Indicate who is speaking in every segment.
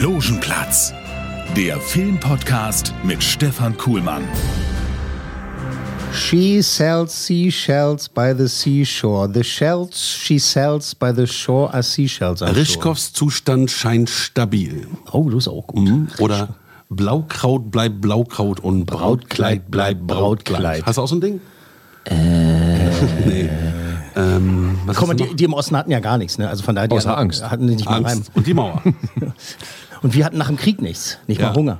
Speaker 1: Logenplatz, der Filmpodcast mit Stefan Kuhlmann.
Speaker 2: She sells seashells by the seashore. The shells she sells by the shore are seashells. I'm sure.
Speaker 3: Rischkows Zustand scheint stabil.
Speaker 2: Oh, das ist auch gut.
Speaker 3: Mhm. Oder Blaukraut bleibt Blaukraut und Brautkleid bleibt Brautkleid.
Speaker 2: Brautkleid.
Speaker 3: Hast du auch so ein Ding? Äh. nee. Ähm, was
Speaker 2: Komm,
Speaker 3: ist
Speaker 2: die,
Speaker 3: noch?
Speaker 2: die im Osten hatten ja gar nichts, ne? Also von daher, die
Speaker 4: Außer
Speaker 2: hatten,
Speaker 4: Angst.
Speaker 2: hatten die nicht mal Reim.
Speaker 3: Angst und die Mauer.
Speaker 2: Und wir hatten nach dem Krieg nichts, nicht
Speaker 3: Ja.
Speaker 2: mal Hunger.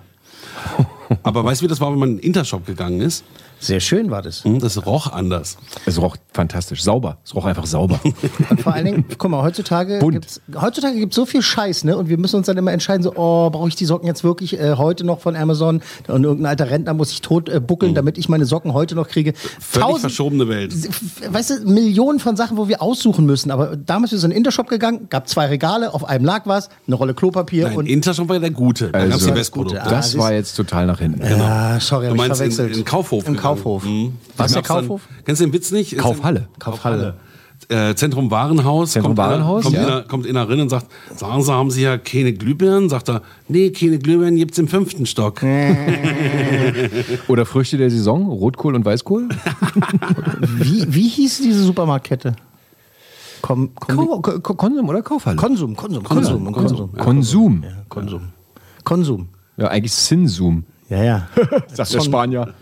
Speaker 3: Aber weißt du, wie das war, wenn man in den Intershop gegangen ist?
Speaker 2: Sehr schön war das.
Speaker 3: Hm, Das roch anders.
Speaker 5: Es roch fantastisch. Sauber. Es roch einfach sauber.
Speaker 2: Und vor allen Dingen, guck mal, heutzutage
Speaker 5: Bunt.
Speaker 2: gibt's, heutzutage gibt's so viel Scheiß, ne? Und wir müssen uns dann immer entscheiden, so, oh, brauche ich die Socken jetzt wirklich äh, heute noch von Amazon? Und irgendein alter Rentner muss sich tot äh, buckeln, damit ich meine Socken heute noch kriege.
Speaker 3: Völlig verschobene Welt.
Speaker 2: f- weißt du, Millionen von Sachen, wo wir aussuchen müssen. Aber damals sind wir so in den Intershop gegangen, gab zwei Regale, auf einem lag was, eine Rolle Klopapier
Speaker 3: Nein,
Speaker 2: und.
Speaker 3: Intershop war ja der Gute. Da gab's
Speaker 5: Also-
Speaker 3: die Bestprodukte.
Speaker 2: Gute, ah.
Speaker 5: Das war jetzt total nach hinten.
Speaker 2: Ah, sorry, hab
Speaker 3: Du
Speaker 2: ich
Speaker 3: meinst in,
Speaker 2: verwechselt.
Speaker 3: in Kaufhof?
Speaker 2: Im
Speaker 3: gegangen.
Speaker 2: Kaufhof.
Speaker 3: Mhm.
Speaker 2: Was ist
Speaker 3: Da
Speaker 2: der
Speaker 3: gab's dann-
Speaker 2: Kaufhof?
Speaker 3: Kennst du den Witz nicht?
Speaker 5: Kaufhalle.
Speaker 2: Kaufhalle.
Speaker 3: Äh, Zentrum Warenhaus.
Speaker 5: Zentrum
Speaker 3: kommt einer-
Speaker 5: Warenhaus,
Speaker 3: Kommt,
Speaker 5: ja.
Speaker 3: einer, kommt einer rein und sagt, sagen Sie, haben Sie ja keine Glühbirnen? Sagt er, nee, keine Glühbirnen gibt's im fünften Stock.
Speaker 5: Genau. Oder Früchte der Saison, Rotkohl und Weißkohl.
Speaker 2: Wie, wie hieß diese Supermarktkette? Kom, kom,
Speaker 5: Ko- Ko- Ko- Konsum oder Kaufhalle?
Speaker 2: Konsum, Konsum, Konsum, Konsum, Konsum.
Speaker 5: Konsum.
Speaker 2: Ja, Konsum. Konsum.
Speaker 5: Ja, eigentlich Sinsum,
Speaker 2: Ja, ja.
Speaker 5: sagt der
Speaker 2: Son-
Speaker 5: Spanier.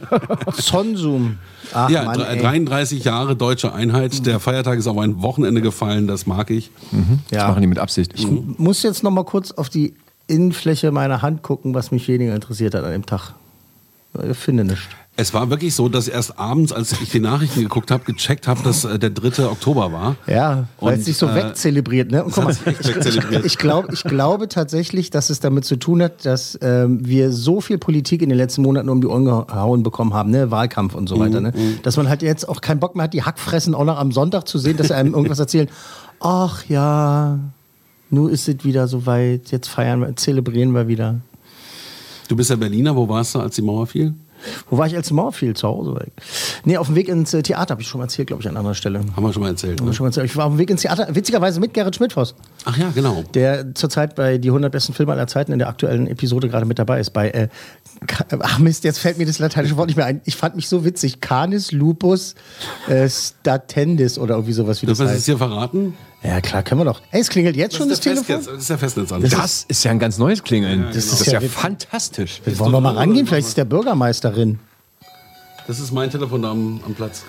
Speaker 2: Sonsum. Ach,
Speaker 3: ja,
Speaker 2: Mann,
Speaker 3: dre-
Speaker 2: ey. Mhm.
Speaker 3: 33 Jahre deutsche Einheit. Der Feiertag ist auf ein Wochenende gefallen, das mag ich.
Speaker 5: Das
Speaker 2: ja. Mhm.
Speaker 5: machen die mit Absicht.
Speaker 2: Muss jetzt noch mal kurz auf die Innenfläche meiner Hand gucken, was mich weniger interessiert hat an dem Tag. Ich finde nichts.
Speaker 3: Es war wirklich so, dass erst abends, als ich die Nachrichten geguckt habe, gecheckt habe, dass äh, der 3. Oktober war.
Speaker 2: Ja, weil
Speaker 3: Und,
Speaker 2: es sich so
Speaker 3: äh,
Speaker 2: wegzelebriert, ne? Und
Speaker 3: es
Speaker 2: guck mal,
Speaker 3: hat sich echt wegzelebriert.
Speaker 2: ich, glaub, ich glaube tatsächlich, dass es damit zu tun hat, dass ähm, wir so viel Politik in den letzten Monaten um die Ohren gehauen bekommen haben, ne? Wahlkampf und so
Speaker 3: Mhm,
Speaker 2: weiter, ne? Dass man halt jetzt auch keinen Bock mehr hat, die Hackfressen auch noch am Sonntag zu sehen, dass sie einem irgendwas erzählen. Ach ja, nun ist es wieder soweit, jetzt feiern wir, zelebrieren wir wieder.
Speaker 3: Du bist ja Berliner, wo warst du, als die Mauer fiel?
Speaker 2: Wo war ich als Mauer fiel? Zu Hause weg. Nee, auf dem Weg ins äh, Theater, habe ich schon mal erzählt, glaube ich, an anderer Stelle.
Speaker 3: Haben wir schon mal erzählt. Ne?
Speaker 2: Schon mal erzählt. Ich war auf dem Weg ins Theater, witzigerweise mit Gerrit Schmidtfoss.
Speaker 3: Ach ja, genau.
Speaker 2: der zurzeit bei die 100 besten Filme aller Zeiten in der aktuellen Episode gerade mit dabei ist. Bei, äh, Ka- ach Mist, jetzt fällt mir das lateinische Wort nicht mehr ein. Ich fand mich so witzig. Canis lupus äh, statendis oder irgendwie sowas wie das
Speaker 3: Dürfen wir es
Speaker 2: heißt.
Speaker 3: hier verraten?
Speaker 2: Ja klar, können wir doch. Hey, es klingelt jetzt schon das, Telefon.
Speaker 3: Festnetz, das ist der Festnetzanschluss.
Speaker 5: Das ist ja ein ganz neues Klingeln. das,
Speaker 2: genau.
Speaker 5: ist ja,
Speaker 2: Das ist ja-
Speaker 5: fantastisch.
Speaker 2: Wollen wir mal rangehen? Vielleicht ist der Bürgermeisterin.
Speaker 3: Das ist mein Telefon da am, am Platz.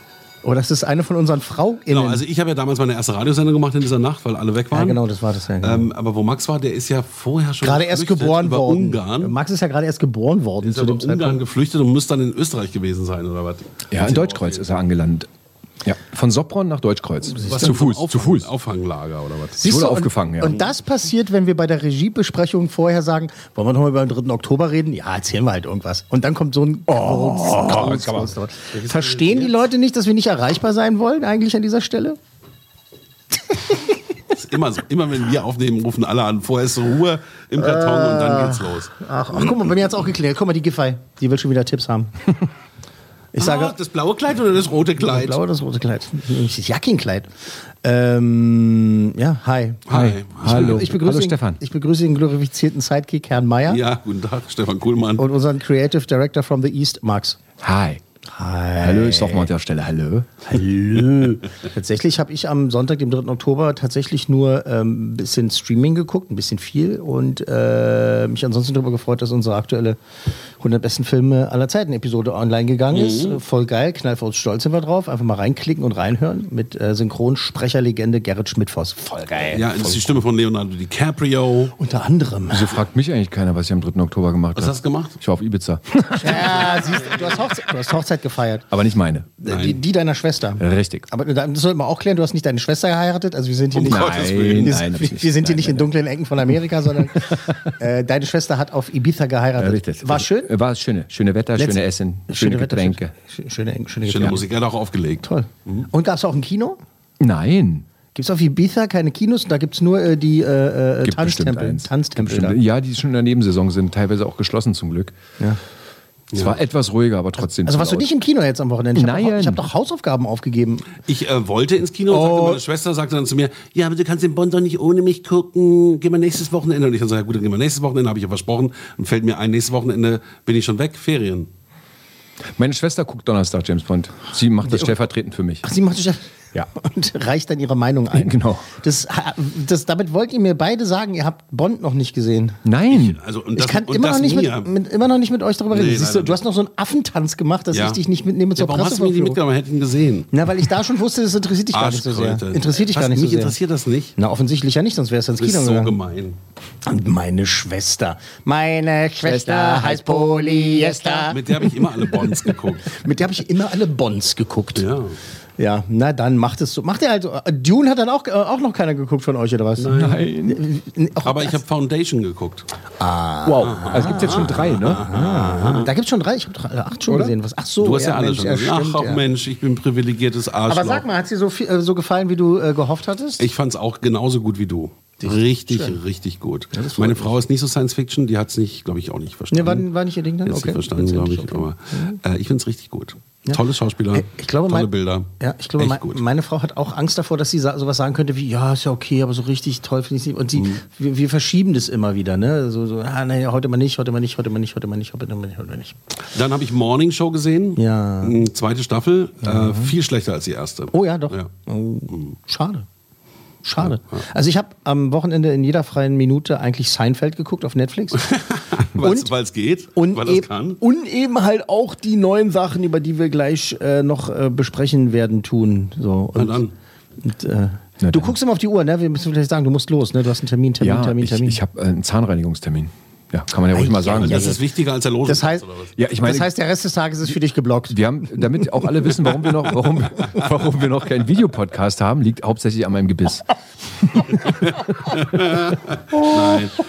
Speaker 2: Oder ist das eine von unseren Frauinnen?
Speaker 3: Genau, also ich habe ja damals meine erste Radiosendung gemacht in dieser Nacht, weil alle weg waren.
Speaker 2: ja, genau, das war das ja. Genau.
Speaker 3: Ähm, aber wo Max war, der ist ja vorher schon
Speaker 2: gerade erst
Speaker 3: geflüchtet
Speaker 2: geboren
Speaker 3: über
Speaker 2: worden.
Speaker 3: Ungarn.
Speaker 2: Max ist ja gerade erst geboren worden
Speaker 3: ist
Speaker 2: zu
Speaker 3: über
Speaker 2: dem
Speaker 3: Ungarn
Speaker 2: Zeitpunkt.
Speaker 3: geflüchtet und muss dann in Österreich gewesen sein, oder was?
Speaker 5: Ja, in Deutschkreuz ist er angelandet. Ja, von Sopron nach Deutschkreuz.
Speaker 3: Was
Speaker 5: Zu
Speaker 3: denn?
Speaker 5: Fuß,
Speaker 3: Auffang-
Speaker 5: zu Fuß.
Speaker 3: Auffanglager oder was?
Speaker 2: Siehst
Speaker 5: wurde
Speaker 2: du,
Speaker 5: aufgefangen,
Speaker 2: und,
Speaker 5: ja.
Speaker 2: Und das passiert, wenn wir bei der Regiebesprechung vorher sagen, wollen wir nochmal über den 3. Oktober reden? Ja, erzählen wir halt irgendwas. Und dann kommt so ein Grunz, Grunz, Grunz, Grunz. Verstehen die Leute nicht, dass wir nicht erreichbar sein wollen eigentlich an dieser Stelle?
Speaker 3: Ist immer so. Immer wenn wir aufnehmen, rufen alle an. Vorher ist Ruhe im Karton und dann geht's los.
Speaker 2: Ach, ach guck mal, bei mir hat's auch geklärt. Guck mal, die Giffey, die will schon wieder Tipps haben. Ich sage,
Speaker 3: ah, das blaue Kleid oder das rote
Speaker 2: das
Speaker 3: Kleid?
Speaker 2: blaue, das rote Kleid. Das Jackenkleid. Ähm, ja, hi.
Speaker 3: Hi.
Speaker 5: Hallo.
Speaker 2: Ich begrüße,
Speaker 5: Hallo,
Speaker 2: den,
Speaker 5: Stefan.
Speaker 2: ich begrüße den glorifizierten Sidekick Herrn Meier
Speaker 3: Ja, guten Tag, Stefan Kuhlmann.
Speaker 2: und unseren Creative Director from the East, Max.
Speaker 5: Hi.
Speaker 2: Hi.
Speaker 5: Hallo, ich sag mal an der Stelle Hallo.
Speaker 2: Hallo. tatsächlich habe ich am Sonntag, dem 3. Oktober, tatsächlich nur ähm, ein bisschen Streaming geguckt, ein bisschen viel und äh, mich ansonsten darüber gefreut, dass unsere aktuelle 100 besten Filme aller Zeiten Episode online gegangen ist.
Speaker 5: Mhm.
Speaker 2: Äh, Voll geil, knallvoll stolz sind wir drauf. Einfach mal reinklicken und reinhören mit äh, Synchronsprecherlegende Gerrit Schmidtfoss. Voll geil.
Speaker 3: Ja, das ist die Stimme von Leonardo DiCaprio.
Speaker 2: Unter anderem.
Speaker 5: Wieso fragt mich eigentlich keiner, was ich am 3. Oktober gemacht habe?
Speaker 3: Was hast du gemacht?
Speaker 5: Ich war auf Ibiza.
Speaker 2: Ja, siehst, du, du, hast Hochze- du hast Hochzeit Hochzeit gefeiert. Äh,
Speaker 5: Aber nicht meine.
Speaker 2: Die, die deiner Schwester.
Speaker 5: Richtig.
Speaker 2: Aber äh, da- das sollten wir auch klären, du hast nicht deine Schwester geheiratet, also wir sind hier
Speaker 5: Um
Speaker 2: nicht,
Speaker 5: Gottes
Speaker 2: wir,
Speaker 5: Willen.
Speaker 2: wir-
Speaker 5: Nein, hab ich nicht.
Speaker 2: wir sind hier
Speaker 5: Nein,
Speaker 2: nicht in
Speaker 5: nein,
Speaker 2: dunklen Ecken von Amerika, sondern äh, deine Schwester hat auf Ibiza geheiratet.
Speaker 5: Richtig. Äh,
Speaker 2: War schön?
Speaker 5: War schöne, schöne Wetter, schöne Essen, schöne,
Speaker 2: Wetter,
Speaker 5: Getränke.
Speaker 2: schöne, schöne, schöne, schöne
Speaker 3: Schöne
Speaker 2: Getränke.
Speaker 3: Musik, Mhm. er hat auch aufgelegt.
Speaker 2: Toll. Und gab es auch ein Kino?
Speaker 5: Nein.
Speaker 2: Gibt es auf Ibiza keine Kinos? Da gibt es nur äh, die äh, äh,
Speaker 5: Gibt bestimmt
Speaker 2: Tanztempel.
Speaker 5: eins.
Speaker 2: Tanztempel
Speaker 5: Bestimmt-
Speaker 2: da.
Speaker 5: Ja, die schon in der Nebensaison sind, teilweise auch geschlossen zum Glück.
Speaker 2: Ja.
Speaker 5: Es war etwas ruhiger, aber trotzdem.
Speaker 2: Also warst du
Speaker 5: laut.
Speaker 2: nicht im Kino jetzt am Wochenende? Ich habe
Speaker 5: Nein.
Speaker 2: hab doch Hausaufgaben aufgegeben.
Speaker 3: Ich äh, wollte ins Kino,
Speaker 2: Oh.
Speaker 3: sagte meine Schwester sagte dann zu mir, ja, aber du kannst den Bonn doch nicht ohne mich gucken, gehen wir nächstes Wochenende. Und ich dann sage, ja gut, dann gehen wir nächstes Wochenende, habe ich ja versprochen. Und fällt mir ein, nächstes Wochenende bin ich schon weg, Ferien.
Speaker 5: Meine Schwester guckt Donnerstag James Bond. Sie macht das stellvertretend für mich.
Speaker 2: Ach, sie macht Chef.
Speaker 5: Ja.
Speaker 2: Und reicht dann ihre Meinung ein.
Speaker 5: Genau.
Speaker 2: Das, das, damit wollt ihr mir beide sagen, ihr habt Bond noch nicht gesehen.
Speaker 5: Nein.
Speaker 3: Also, und
Speaker 2: ich kann
Speaker 3: und
Speaker 2: immer noch, nicht
Speaker 3: mir.
Speaker 2: mit, mit, immer noch nicht mit euch darüber reden.
Speaker 3: Nee,
Speaker 2: Siehst du,
Speaker 3: leider
Speaker 2: du hast noch so einen Affentanz gemacht, dass
Speaker 3: Ja.
Speaker 2: ich dich nicht mitnehme
Speaker 3: ja,
Speaker 2: zur
Speaker 3: warum
Speaker 2: Presse.
Speaker 3: hast du mir die mitgenommen? Man hätte ihn gesehen.
Speaker 2: Na, weil ich da schon wusste, das interessiert dich gar nicht so sehr.
Speaker 3: Arschkröte.
Speaker 2: Interessiert dich
Speaker 3: Was,
Speaker 2: gar nicht so
Speaker 3: Mich
Speaker 2: sehr.
Speaker 3: interessiert das nicht.
Speaker 2: Na, offensichtlich ja nicht, sonst wärst du ins
Speaker 3: Das
Speaker 2: Kino
Speaker 3: ist so
Speaker 2: gegangen.
Speaker 3: gemein.
Speaker 2: Und meine Schwester. Meine Schwester heißt Polyester.
Speaker 3: Mit der habe ich immer alle Bonds geguckt.
Speaker 2: Mit der habe ich immer alle Bonds geguckt.
Speaker 3: Ja.
Speaker 2: Ja, na dann macht es so. Macht ihr halt so. Dune hat dann auch, äh, auch noch keiner geguckt von euch, oder was?
Speaker 5: Nein.
Speaker 2: Auch,
Speaker 3: Aber ich habe Foundation geguckt.
Speaker 5: Wow. Also gibt es jetzt schon drei,
Speaker 2: Ah,
Speaker 5: ne?
Speaker 2: da gibt es schon drei, ich habe alle acht schon gesehen. Was? Ach so,
Speaker 3: Du hast ja, alle
Speaker 2: Mensch,
Speaker 3: schon gesehen.
Speaker 2: stimmt,
Speaker 3: Ach,
Speaker 2: ja.
Speaker 3: Mensch, ich bin ein privilegiertes Arschloch.
Speaker 2: Aber sag mal, hat sie so, viel, äh, so gefallen, wie du äh, gehofft hattest?
Speaker 3: Ich fand es auch genauso gut wie du. Richtig, richtig gut. Meine Frau ist nicht so Science Fiction, die hat es nicht, glaube ich, auch nicht verstanden.
Speaker 2: Nee, war- war nicht ihr Ding dann?
Speaker 3: Jetzt
Speaker 2: Okay.
Speaker 3: okay. verstanden,
Speaker 2: Jetzt
Speaker 3: glaube
Speaker 2: nicht,
Speaker 3: ich.
Speaker 2: okay. Mhm.
Speaker 3: Aber äh, ich finde es richtig gut. Tolle Schauspieler,
Speaker 2: Äh, ich glaube,
Speaker 3: tolle
Speaker 2: mein-
Speaker 3: Bilder.
Speaker 2: Ja, ich glaube,
Speaker 3: Echt
Speaker 2: mein,
Speaker 3: gut.
Speaker 2: meine Frau hat auch Angst davor, dass sie sa sowas sagen könnte wie, ja, ist ja okay, aber so richtig toll finde ich es nicht. Und sie,
Speaker 3: Mhm.
Speaker 2: wir, wir verschieben das immer wieder, ne? So, so ah, nee, heute mal nicht, heute mal nicht, heute mal nicht, heute mal nicht, heute mal nicht, heute mal nicht.
Speaker 3: Dann habe ich Morning Show gesehen.
Speaker 2: Ja.
Speaker 3: Mm, Zweite Staffel. Äh, viel schlechter als die erste.
Speaker 2: Oh ja, doch.
Speaker 3: Ja. Mhm.
Speaker 2: Oh, schade. Schade. Also ich habe am Wochenende in jeder freien Minute eigentlich Seinfeld geguckt auf Netflix. Und-
Speaker 3: Weil es geht,
Speaker 2: Und,
Speaker 3: weil
Speaker 2: eben,
Speaker 3: das kann.
Speaker 2: und eben halt auch die neuen Sachen, über die wir gleich äh, noch äh, besprechen werden, tun. So. Und,
Speaker 3: Na dann.
Speaker 2: Und, äh, du guckst immer auf die Uhr, ne? Wir müssen vielleicht sagen, du musst los, ne? Du hast einen Termin, Termin,
Speaker 5: Ja,
Speaker 2: Termin,
Speaker 5: ich,
Speaker 2: Termin.
Speaker 5: ich habe äh, einen Zahnreinigungstermin. Ja, kann man ja ruhig mal sagen.
Speaker 3: das ist wichtiger als der Logen.
Speaker 2: das, heißt,
Speaker 5: Ja, ich meine-
Speaker 2: das heißt, der Rest des Tages ist für dich geblockt.
Speaker 5: Wir haben, damit auch alle wissen, warum wir noch, warum, warum wir noch keinen Videopodcast haben, liegt hauptsächlich an meinem Gebiss.
Speaker 3: Nein,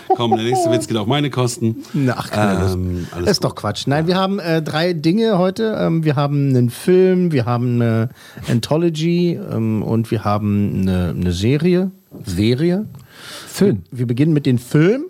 Speaker 3: komm, der nächste Witz geht auf meine Kosten.
Speaker 2: Na, Ach, keine
Speaker 3: Ähm,
Speaker 2: Lust.
Speaker 3: alles
Speaker 2: Ist doch Quatsch. Nein, wir haben äh, drei Dinge heute. Ähm, wir haben einen Film, wir haben eine Anthology ähm, und wir haben eine, eine Serie. Serie.
Speaker 5: Film.
Speaker 2: Wir beginnen mit dem Film.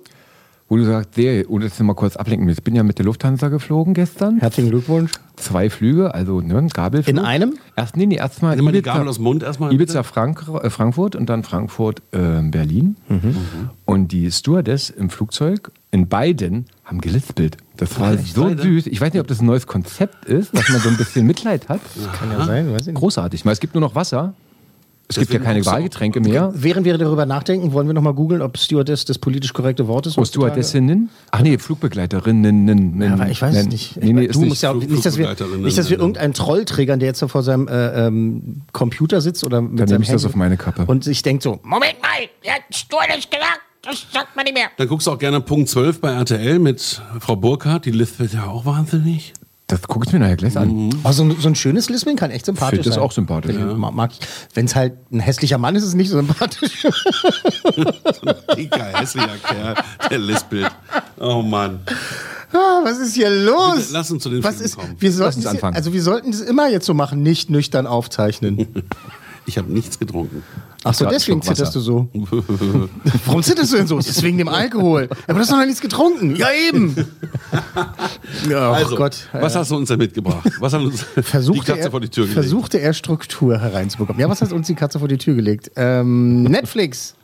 Speaker 5: Wo du sagst, Serie, ohne dass du mal kurz ablenken willst. Ich bin ja mit der Lufthansa geflogen gestern.
Speaker 2: Herzlichen Glückwunsch.
Speaker 5: Zwei Flüge, also ne, Gabelflug.
Speaker 2: In einem?
Speaker 5: Erst, nee, nee, erstmal
Speaker 3: Nimm mal die Gabel aus dem Mund erstmal,
Speaker 5: Ibiza Frank, äh, Frankfurt und dann Frankfurt äh, Berlin.
Speaker 3: Mhm.
Speaker 5: Und die Stewardess im Flugzeug in beiden haben gelispelt. Das war so süß. Ich weiß nicht, ob das ein neues Konzept ist, dass man so ein bisschen Mitleid hat.
Speaker 2: Kann ja sein, weiß ich nicht.
Speaker 5: Großartig. Weil es gibt nur noch Wasser. Es gibt ja
Speaker 3: Deswegen
Speaker 5: keine
Speaker 3: guckst du auch-
Speaker 5: Wahlgetränke mehr.
Speaker 2: Während wir darüber nachdenken, wollen wir nochmal googeln, ob Stewardess das politisch korrekte Wort ist.
Speaker 5: Oh,
Speaker 2: heutzutage.
Speaker 5: Stewardessinnen? Ach nee, Flugbegleiterinnen. nen, nen,
Speaker 2: Aber ich weiß es
Speaker 5: nen.
Speaker 2: nicht.
Speaker 5: Nee, nee,
Speaker 2: Ich-
Speaker 5: ist
Speaker 2: du
Speaker 5: nicht.
Speaker 2: musst ja auch
Speaker 3: Flug-
Speaker 2: nicht, dass wir,
Speaker 3: Flugbegleiterinnen.
Speaker 2: nicht, dass wir irgendeinen Troll triggern, der jetzt so vor seinem äh, ähm, Computer sitzt oder mit
Speaker 5: Dann
Speaker 2: seinem
Speaker 5: nehme ich das
Speaker 2: Handy
Speaker 5: auf meine Kappe.
Speaker 2: Und ich denke so,
Speaker 6: Moment mal, jetzt du nicht gesagt, das sagt man nicht mehr.
Speaker 3: Dann guckst du auch gerne Punkt 12 bei RTL mit Frau Burkhardt. Die lispelt ja auch wahnsinnig.
Speaker 5: Das gucke ich mir nachher gleich an.
Speaker 3: Hm?
Speaker 2: Oh, so, ein- so ein schönes Lispeln kann echt sympathisch
Speaker 5: Find das
Speaker 2: sein.
Speaker 5: auch sympathisch.
Speaker 2: Ja. Ma- Mag ich. Wenn es halt ein hässlicher Mann ist, ist es nicht so sympathisch.
Speaker 3: Dicker, hässlicher Kerl, der lispelt. Oh Mann.
Speaker 2: Ah, Was ist hier los?
Speaker 3: Bitte, lass uns zu den
Speaker 2: Was
Speaker 3: Filmen
Speaker 2: ist,
Speaker 3: kommen.
Speaker 2: Wir sollten
Speaker 5: uns
Speaker 2: das hier,
Speaker 5: anfangen.
Speaker 2: also wir sollten das immer jetzt so machen, nicht nüchtern aufzeichnen.
Speaker 3: Ich habe nichts getrunken.
Speaker 2: Ach so,
Speaker 5: Gerade
Speaker 2: deswegen
Speaker 5: Schluck Wasser.
Speaker 2: zitterst du so. Warum zitterst du denn so? Es ist wegen dem Alkohol. Aber du hast doch noch nichts getrunken. Ja, eben. Ja, oh
Speaker 3: also,
Speaker 2: Gott.
Speaker 3: was hast du uns denn mitgebracht? Was haben uns die
Speaker 2: versuchte,
Speaker 3: Katze
Speaker 2: er,
Speaker 3: vor die Tür gelegt?
Speaker 2: versuchte er Struktur hereinzubekommen. Ja, was hat uns die Katze vor die Tür gelegt? Ähm, Netflix.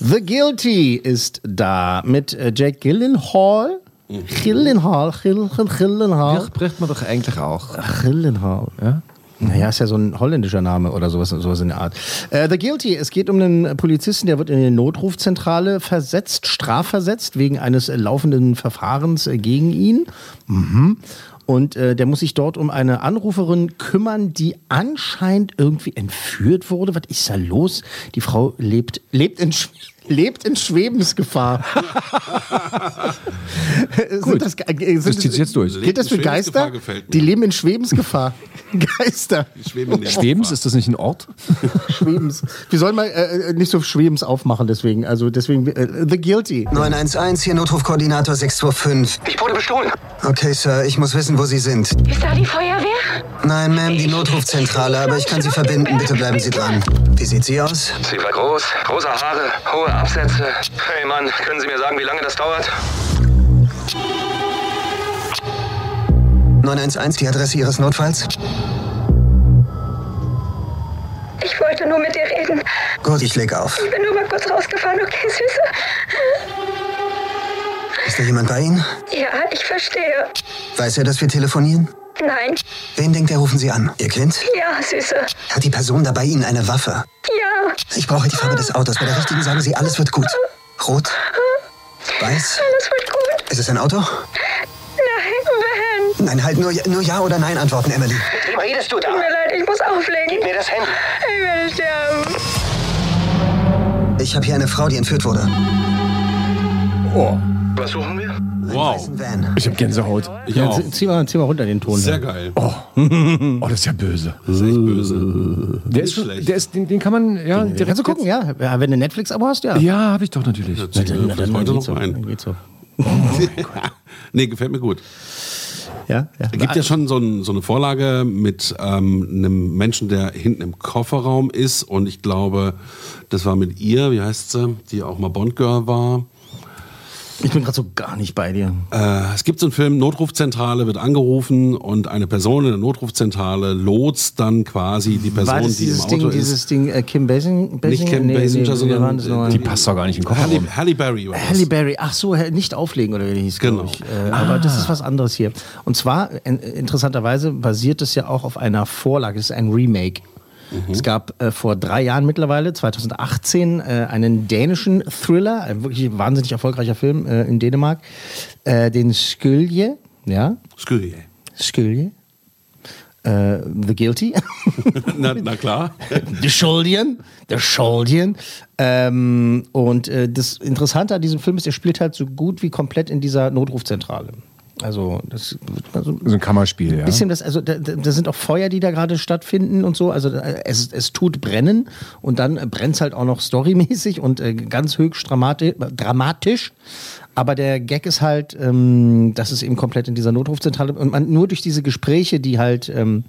Speaker 2: The Guilty ist da mit äh, Jake Gyllenhaal.
Speaker 3: Mhm.
Speaker 2: Gyllenhaal, Gyllen- Gyllenhaal.
Speaker 5: bricht man doch eigentlich auch.
Speaker 2: Gyllenhaal. Ja? Naja, ist ja so ein holländischer Name oder sowas, sowas in der Art. Äh, The Guilty, es geht um einen Polizisten, der wird in die Notrufzentrale versetzt, strafversetzt, wegen eines äh, laufenden Verfahrens äh, gegen ihn. Mhm. Und äh, der muss sich dort um eine Anruferin kümmern, die anscheinend irgendwie entführt wurde. Was ist da los? Die Frau lebt, lebt in, Sch- lebt in Schwebensgefahr.
Speaker 5: Gut.
Speaker 2: sind das, ge- äh, sind
Speaker 5: Das zieht sich jetzt durch.
Speaker 2: Gilt das für
Speaker 3: Schwebensgefahr
Speaker 2: Geister?
Speaker 3: gefällt mir.
Speaker 2: Die leben in Schwebensgefahr. Geister.
Speaker 3: Schweben in der
Speaker 5: Schwebens,
Speaker 3: Luft.
Speaker 5: ist das nicht ein Ort?
Speaker 2: Schwebens. Wir sollen mal äh, äh, nicht so Schwebens aufmachen, deswegen. Also deswegen, äh, The Guilty.
Speaker 7: 911, hier Notrufkoordinator 625.
Speaker 8: Ich wurde bestohlen.
Speaker 7: Okay, Sir, ich muss wissen, wo Sie sind.
Speaker 8: Ist da die Feuerwehr?
Speaker 7: Nein, Ma'am, die Notrufzentrale, aber ich kann Sie verbinden. Bitte bleiben Sie dran. Wie sieht sie aus?
Speaker 8: Sie war groß, rosa Haare, hohe Absätze. Hey Mann, können Sie mir sagen, wie lange das dauert?
Speaker 7: 911, die Adresse Ihres Notfalls?
Speaker 8: Ich wollte nur mit dir reden.
Speaker 7: Gut, ich leg auf.
Speaker 8: Ich bin nur mal kurz rausgefahren, okay, Süße?
Speaker 7: Ist da jemand bei Ihnen?
Speaker 8: Ja, ich verstehe.
Speaker 7: Weiß er, dass wir telefonieren?
Speaker 8: Nein.
Speaker 7: Wen denkt er, rufen Sie an? Ihr Kind?
Speaker 8: Ja, Süße.
Speaker 7: Hat die Person dabei Ihnen eine Waffe?
Speaker 8: Ja.
Speaker 7: Ich brauche die Farbe des Autos. Bei der richtigen sagen Sie, alles wird gut. Rot? Weiß?
Speaker 8: Alles wird gut.
Speaker 7: Ist es ein Auto?
Speaker 8: Nein, Ben.
Speaker 7: Nein, halt nur, nur Ja oder Nein antworten, Emily.
Speaker 8: Mit wem redest du da? Tut mir leid, ich muss auflegen. Gib mir das Handy. Ich werde sterben.
Speaker 7: Ich habe hier eine Frau, die entführt wurde.
Speaker 8: Was suchen wir?
Speaker 3: Wow.
Speaker 7: Van.
Speaker 5: Ich habe Gänsehaut.
Speaker 3: Ich auch.
Speaker 2: Z- Zieh mal, zieh mal runter den Ton.
Speaker 3: Sehr geil.
Speaker 5: Oh, das ist ja böse.
Speaker 3: Das ist echt böse.
Speaker 5: Der ist, schon- der ist, den, den kann man ja direkt
Speaker 2: Kannst du gucken, ja. Ja, Wenn du Netflix-Abo hast, ja.
Speaker 5: Jetzt, ja, habe ich doch natürlich.
Speaker 3: Dann,
Speaker 2: Na, dann
Speaker 3: heute
Speaker 2: geht's so.
Speaker 3: noch
Speaker 2: Dann
Speaker 3: ein.
Speaker 2: geht's so.
Speaker 5: Oh
Speaker 3: nee, gefällt mir gut.
Speaker 2: Ja, ja.
Speaker 3: Es gibt ja schon so, ein, so eine Vorlage mit ähm, einem Menschen, der hinten im Kofferraum ist. Und ich glaube, das war mit ihr, wie heißt sie, die auch mal Bond-Girl war.
Speaker 2: Ich bin gerade so gar nicht bei dir.
Speaker 3: Äh, es gibt so einen Film, Notrufzentrale wird angerufen und eine Person in der Notrufzentrale lotst dann quasi die Person,
Speaker 2: War das
Speaker 3: die im
Speaker 2: dieses
Speaker 3: Auto
Speaker 2: Ding,
Speaker 3: ist.
Speaker 2: dieses Ding äh, Kim Basing? Basinger?
Speaker 3: nicht Ken Basinger,
Speaker 2: wir waren das
Speaker 3: sondern
Speaker 2: nochmal.
Speaker 3: äh,
Speaker 5: Die passt doch gar nicht in den
Speaker 3: Halle,
Speaker 5: Kofferraum.
Speaker 3: Halle Berry. War das.
Speaker 2: Halle Berry, ach so, Hä- nicht auflegen oder wie die hieß, glaub
Speaker 3: Genau.
Speaker 2: ich. Äh, Aber das ist was anderes hier. Und zwar, in, interessanterweise, basiert es ja auch auf einer Vorlage, es ist ein Remake. Es gab äh, vor drei Jahren mittlerweile, 2018, äh, einen dänischen Thriller, ein wirklich wahnsinnig erfolgreicher Film äh, in Dänemark, äh, den Skylje, ja,
Speaker 3: Skü-
Speaker 2: Skylje, äh, The Guilty.
Speaker 3: na, na klar.
Speaker 2: Die Schuldigen, der Schuldigen. Ähm, und äh, das Interessante an diesem Film ist, er spielt halt so gut wie komplett in dieser Notrufzentrale. Also, das also
Speaker 5: So ein Kammerspiel, ja.
Speaker 2: bisschen das, also da, da da sind auch Feuer, die da gerade stattfinden und so. Also da- es, es tut brennen und dann brennt es halt auch noch storymäßig und äh, ganz höchst dramati dramatisch. Aber der Gag ist halt, ähm, dass es eben komplett in dieser Notrufzentrale und man nur durch diese Gespräche, die halt ähm,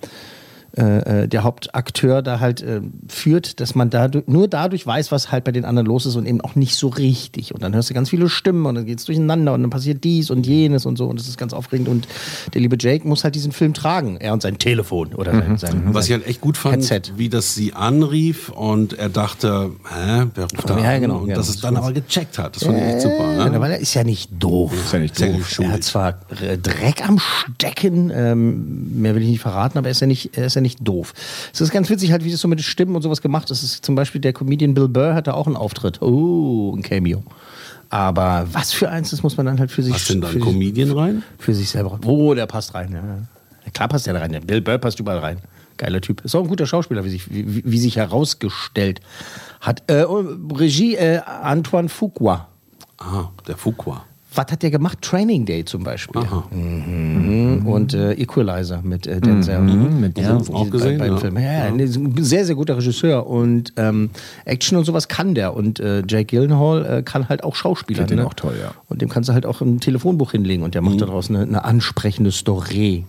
Speaker 2: äh, äh, der Hauptakteur da halt äh, führt, dass man dadurch, nur dadurch weiß, was halt bei den anderen los ist und eben auch nicht so richtig. Und dann hörst du ganz viele Stimmen und dann geht's durcheinander und dann passiert dies und jenes und so und es ist ganz aufregend. Und der liebe Jake muss halt diesen Film tragen. Er und sein Telefon oder sein, sein,
Speaker 3: Was ich halt echt gut fand,
Speaker 2: Headset.
Speaker 3: wie das sie anrief und er dachte, hä, wer ruft da
Speaker 2: Ja,
Speaker 3: an?
Speaker 2: genau, Äh,
Speaker 3: und
Speaker 2: genau.
Speaker 3: dass es dann aber gecheckt hat. Das fand ich echt super.
Speaker 2: Ja,
Speaker 3: Ne?
Speaker 2: weil er ist ja nicht doof.
Speaker 5: Ist ja nicht doof.
Speaker 2: Er hat zwar äh, Dreck am Stecken, ähm, mehr will ich nicht verraten, aber er ist ja nicht, er ist ja nicht doof. Es ist ganz witzig halt, wie das so mit Stimmen und sowas gemacht ist. Es ist zum Beispiel der Comedian Bill Burr hatte auch einen Auftritt. Oh, ein Cameo. Aber was für eins, das muss man dann halt für sich...
Speaker 3: Was denn da
Speaker 2: für,
Speaker 3: ein
Speaker 2: sich-
Speaker 3: Comedian rein?
Speaker 2: für sich selber... Oh, der passt rein. Ja. Klar passt der da rein. Der Bill Burr passt überall rein. Geiler Typ. Ist auch ein guter Schauspieler, wie sich, wie, wie sich herausgestellt hat. Äh, und Regie äh, Antoine Fuqua.
Speaker 3: Ah, der Fuqua.
Speaker 2: Was hat der gemacht? Training Day zum Beispiel. Mhm. Und äh, Equalizer mit äh, Denzel.
Speaker 5: mit
Speaker 2: Ja,
Speaker 5: Denzel.
Speaker 2: die
Speaker 3: Auch
Speaker 2: sind
Speaker 3: gesehen,
Speaker 2: Bei, beim
Speaker 3: ja.
Speaker 2: Film. Ja, ja, nee, ist ein sehr, sehr guter Regisseur. Und ähm, Action und sowas kann der. Und äh, Jake Gyllenhaal äh, kann halt auch Schauspieler.
Speaker 5: Find den
Speaker 2: ne?
Speaker 5: auch toll, ja.
Speaker 2: Und dem kannst du halt auch ein Telefonbuch hinlegen. Und der macht daraus eine, eine ansprechende Story.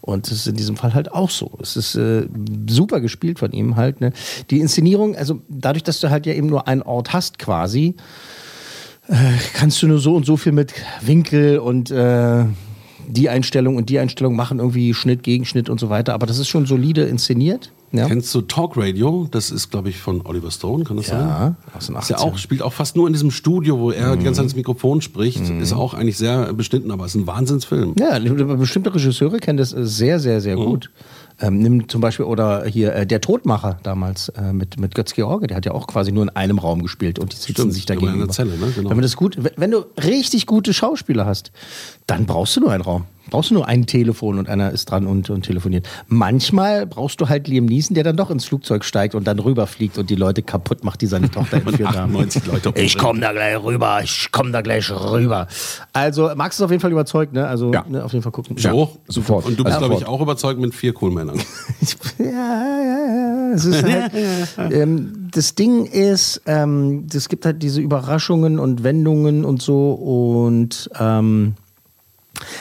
Speaker 2: Und das ist in diesem Fall halt auch so. Es ist äh, super gespielt von ihm halt. Ne? Die Inszenierung, also dadurch, dass du halt ja eben nur einen Ort hast quasi, kannst du nur so und so viel mit Winkel und äh, die Einstellung und die Einstellung machen, irgendwie Schnitt, Gegenschnitt und so weiter. Aber das ist schon solide inszeniert. Ja.
Speaker 3: Kennst du Talk Radio? Das ist, glaube ich, von Oliver Stone, kann das sein?
Speaker 2: aus den
Speaker 3: Ist ja
Speaker 2: 80ern.
Speaker 3: auch, spielt auch fast nur in diesem Studio, wo er die
Speaker 2: Mhm.
Speaker 3: ganze Zeit ins Mikrofon spricht. Ist auch eigentlich sehr beschnitten, aber ist ein Wahnsinnsfilm.
Speaker 2: Ja, bestimmte Regisseure kennen das äh, sehr, sehr,
Speaker 3: Mhm.
Speaker 2: sehr gut. Ähm, nimm zum Beispiel oder hier äh, der Todmacher damals äh, mit, mit Götz George, der hat ja auch quasi nur in einem Raum gespielt und die sitzen
Speaker 3: Stimmt,
Speaker 2: sich da
Speaker 3: immer in
Speaker 2: gegenüber.
Speaker 3: einer Zelle, ne? Genau.
Speaker 2: Wenn man das gut, wenn- wenn du richtig gute Schauspieler hast, dann brauchst du nur einen Raum. Brauchst du nur ein Telefon und einer ist dran und, und telefoniert. Manchmal brauchst du halt Liam Neeson, der dann doch ins Flugzeug steigt und dann rüberfliegt und die Leute kaputt macht, die seine Tochter entführt haben.
Speaker 3: 98 Leute.
Speaker 2: Ich komme da gleich rüber, ich komme da gleich rüber. Also, Max ist auf jeden Fall überzeugt, ne? Also,
Speaker 5: Ja.
Speaker 2: ne, auf jeden Fall gucken.
Speaker 3: Ich auch.
Speaker 5: Sofort.
Speaker 3: Und du bist,
Speaker 5: Also
Speaker 3: glaube ich,
Speaker 5: sofort.
Speaker 3: auch überzeugt mit vier Coolmännern.
Speaker 2: Ich, ja, ja, ja. Es ist halt, ähm, das Ding ist, ähm, es gibt halt diese Überraschungen und Wendungen und so und ähm,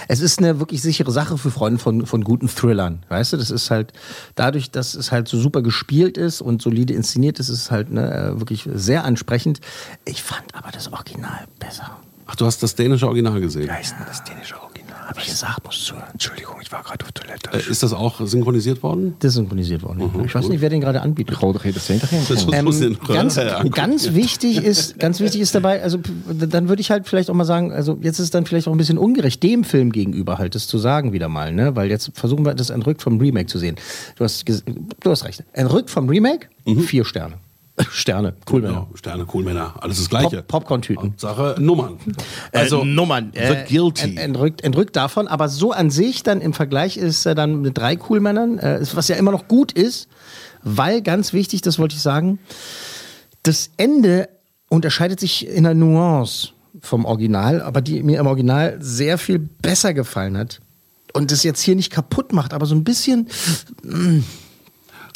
Speaker 2: es ist eine wirklich sichere Sache für Freunde von, von guten Thrillern. Weißt du, das ist halt dadurch, dass es halt so super gespielt ist und solide inszeniert ist, ist es halt ne, äh, wirklich sehr ansprechend. Ich fand aber das Original besser.
Speaker 3: Ach, du hast das dänische Original gesehen.
Speaker 2: Das dänische Original. Hab ich gesagt, musst du hören. Entschuldigung, ich war gerade auf Toilette.
Speaker 3: Äh, Ist das auch synchronisiert worden?
Speaker 2: Desynchronisiert worden. ich weiß nicht, wer den gerade anbietet.
Speaker 5: Oh, das hinterher.
Speaker 2: Ähm,
Speaker 3: muss ich noch
Speaker 2: ganz,
Speaker 3: hinterher angucken.
Speaker 2: ganz wichtig ist, ganz wichtig ist dabei, also p- dann würde ich halt vielleicht auch mal sagen, also jetzt ist es dann vielleicht auch ein bisschen ungerecht dem Film gegenüber halt das zu sagen wieder mal, ne, weil jetzt versuchen wir das entrückt vom Remake zu sehen. Du hast, ges- du hast recht. Entrückt vom Remake vier Sterne. Sterne, cool Männer.
Speaker 3: Ja, Sterne, Coolmänner, alles das Gleiche.
Speaker 2: Pop- Popcorn-Tüten.
Speaker 3: Sache Nummern.
Speaker 2: Also Nummern.
Speaker 3: The Guilty.
Speaker 2: ent- Entrückt, entrückt davon, aber so an sich dann im Vergleich ist er dann mit drei cool Männern, äh, ist- was ja immer noch gut ist, weil ganz wichtig, das wollte ich sagen, das Ende unterscheidet sich in der Nuance vom Original, aber die mir im Original sehr viel besser gefallen hat und das jetzt hier nicht kaputt macht, aber so ein bisschen mm,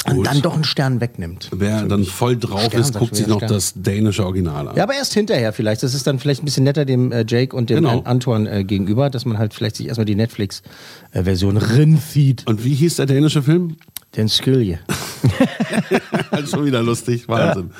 Speaker 2: und
Speaker 3: Gut.
Speaker 2: dann doch einen Stern wegnimmt.
Speaker 3: Wer dann voll drauf
Speaker 2: Stern,
Speaker 3: ist,
Speaker 2: sag
Speaker 3: guckt
Speaker 2: ich
Speaker 3: sich
Speaker 2: wieder,
Speaker 3: noch
Speaker 2: Stern.
Speaker 3: das dänische Original an.
Speaker 2: Ja, aber erst hinterher vielleicht. Das ist dann vielleicht ein bisschen netter dem äh, Jake und dem
Speaker 3: Genau.
Speaker 2: äh, Antoine äh, gegenüber, dass man halt vielleicht sich erstmal die Netflix-Version rinzieht.
Speaker 3: Und wie hieß der dänische Film?
Speaker 2: Den Skylje.
Speaker 3: Schon wieder lustig, Wahnsinn.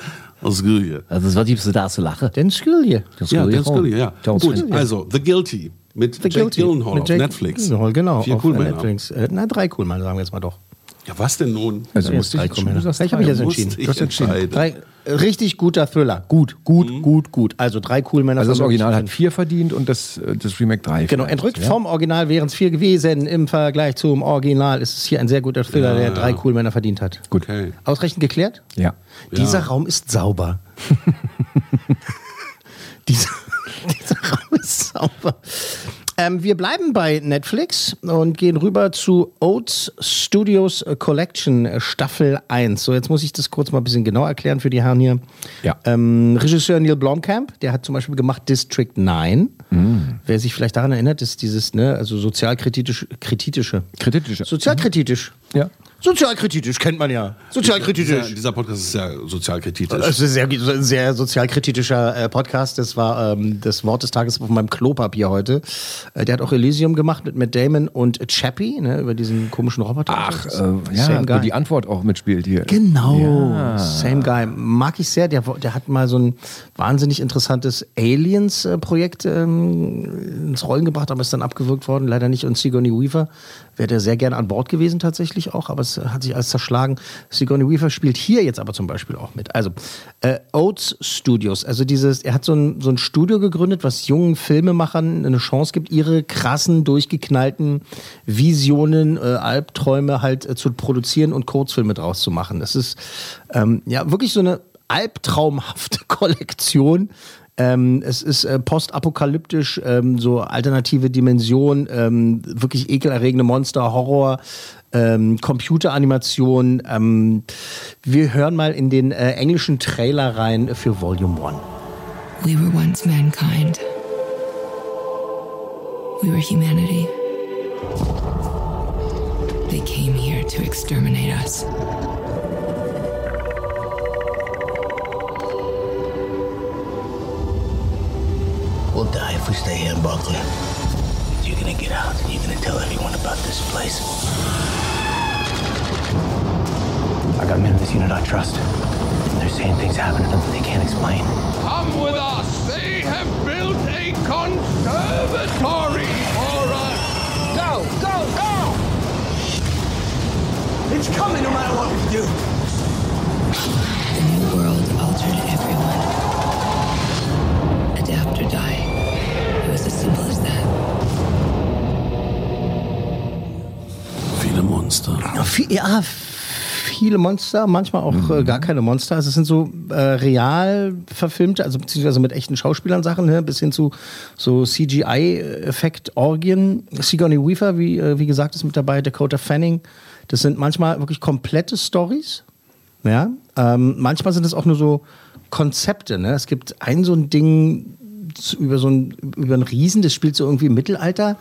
Speaker 3: Aus Gürje.
Speaker 9: Also, was gibst du da zu lachen?
Speaker 2: Den Skylje.
Speaker 3: Ja, der ist Gürje, ja.
Speaker 9: Charles
Speaker 3: Gut,
Speaker 9: Gilliam.
Speaker 3: also The Guilty mit The Jake Gyllenhaal
Speaker 2: Mit
Speaker 3: auf
Speaker 2: Jake
Speaker 3: Netflix.
Speaker 2: Gyllenhaal, genau.
Speaker 3: Vier
Speaker 2: auf
Speaker 3: cool
Speaker 2: Netflix. Äh, na, drei cool Männer, sagen wir jetzt mal doch.
Speaker 3: Ja, was denn nun?
Speaker 5: Also
Speaker 2: Ja,
Speaker 5: musste
Speaker 2: drei
Speaker 5: ich
Speaker 2: cool Männer.
Speaker 5: schon
Speaker 2: Ja, ich habe mich jetzt
Speaker 3: Musst
Speaker 2: entschieden.
Speaker 3: ich
Speaker 2: Du hast entschieden.
Speaker 3: entscheiden.
Speaker 2: Drei, äh, richtig guter Thriller. Gut, gut, gut, gut. Also drei cool Männer.
Speaker 5: Also das
Speaker 2: von
Speaker 5: Original hat
Speaker 2: wirklich-
Speaker 5: vier verdient und das, äh, das Remake drei.
Speaker 2: Genau,
Speaker 5: vielleicht,
Speaker 2: entrückt
Speaker 5: ja?
Speaker 2: vom Original wären es vier gewesen. Im Vergleich zum Original ist es hier ein sehr guter Thriller, der drei cool Männer verdient hat.
Speaker 5: Gut.
Speaker 3: Okay.
Speaker 2: Ausreichend geklärt?
Speaker 5: Ja.
Speaker 2: Dieser Raum ist sauber. dieser, dieser Raum ist sauber. Ähm, wir bleiben bei Netflix und gehen rüber zu Oats Studios Collection äh, Staffel 1. So, jetzt muss ich das kurz mal ein bisschen genau erklären für die Herren hier.
Speaker 5: Ja.
Speaker 2: Ähm, Regisseur Neil Blomkamp, der hat zum Beispiel gemacht District 9.
Speaker 5: Mm.
Speaker 2: Wer sich vielleicht daran erinnert, ist dieses, ne, also sozialkritisch, kritische.
Speaker 5: Kritische.
Speaker 2: Sozialkritisch.
Speaker 5: Ja.
Speaker 2: Sozialkritisch kennt man ja.
Speaker 3: Dieser,
Speaker 2: Sozialkritisch.
Speaker 3: dieser Podcast ist ja sozialkritisch.
Speaker 2: Es ist ein sehr, sehr sozialkritischer äh, Podcast. Das war ähm, das Wort des Tages auf meinem Klopapier heute. Äh, der hat auch Elysium gemacht mit Matt Damon und Chappie, ne, über diesen komischen Roboter.
Speaker 5: Ach,
Speaker 2: Das
Speaker 5: äh,
Speaker 2: ist-
Speaker 5: ja,
Speaker 2: Same
Speaker 5: wo
Speaker 2: Guy.
Speaker 5: die Antwort auch mitspielt hier.
Speaker 2: Genau, Same Guy. Mag ich sehr. Der, wo- der hat mal so ein wahnsinnig interessantes Aliens-Projekt ähm, ins Rollen gebracht, aber ist dann abgewürgt worden, leider nicht. Und Sigourney Weaver wäre der sehr gerne an Bord gewesen tatsächlich auch, aber es hat sich alles zerschlagen. Sigourney Weaver spielt hier jetzt aber zum Beispiel auch mit. Also äh, Oates Studios, also dieses, er hat so ein, so ein Studio gegründet, was jungen Filmemachern eine Chance gibt, ihre krassen, durchgeknallten Visionen, äh, Albträume halt äh, zu produzieren und Kurzfilme draus zu machen. Das ist ähm, ja wirklich so eine albtraumhafte Kollektion. Ähm, es ist äh, postapokalyptisch, ähm, so alternative Dimension, ähm, wirklich ekelerregende Monster, Horror, ähm, Computeranimation. Ähm, wir hören mal in den äh, englischen Trailer rein für Volume 1.
Speaker 6: We were once mankind. We were humanity. They came here to exterminate us.
Speaker 7: We'll die if we stay here in Brooklyn. You're gonna get out and you're gonna tell everyone about this place. I got men in this unit I trust. They're saying things happen to them that they can't explain.
Speaker 8: Come with us. They have built a conservatory for us.
Speaker 7: Go, go, go! It's coming no matter what we do.
Speaker 6: The new world altered everyone. Adapt or die. It was as simple as that.
Speaker 3: Viele Monster.
Speaker 2: Ja, vi- Ja, viele Monster, manchmal auch äh, gar keine Monster. Also es sind so äh, real verfilmte, also beziehungsweise mit echten Schauspielern Sachen, ne? bis hin zu so CGI-Effekt-Orgien. Sigourney Weaver, wie, äh, wie gesagt, ist mit dabei, Dakota Fanning. Das sind manchmal wirklich komplette Stories. Ja? Ähm, manchmal sind es auch nur so Konzepte. Ne? Es gibt ein so ein Ding zu- über so ein, über einen Riesen, das spielt so irgendwie im Mittelalter.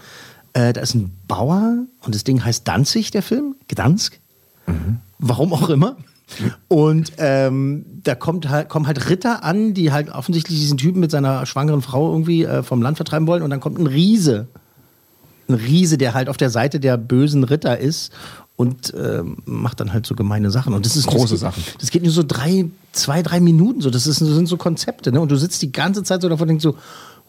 Speaker 2: Äh, da ist ein Bauer und das Ding heißt Danzig, der Film. Gdansk
Speaker 5: Mhm.
Speaker 2: warum auch immer. Und ähm, da kommt halt, kommen halt Ritter an, die halt offensichtlich diesen Typen mit seiner schwangeren Frau irgendwie äh, vom Land vertreiben wollen. Und dann kommt ein Riese. Ein Riese, der halt auf der Seite der bösen Ritter ist und ähm, macht dann halt so gemeine Sachen. Und das ist
Speaker 5: Große
Speaker 2: das
Speaker 5: Sachen.
Speaker 2: Geht, das geht nur so drei, zwei, drei Minuten. So. Das, ist, das sind so Konzepte. Ne? Und du sitzt die ganze Zeit so davon und denkst so,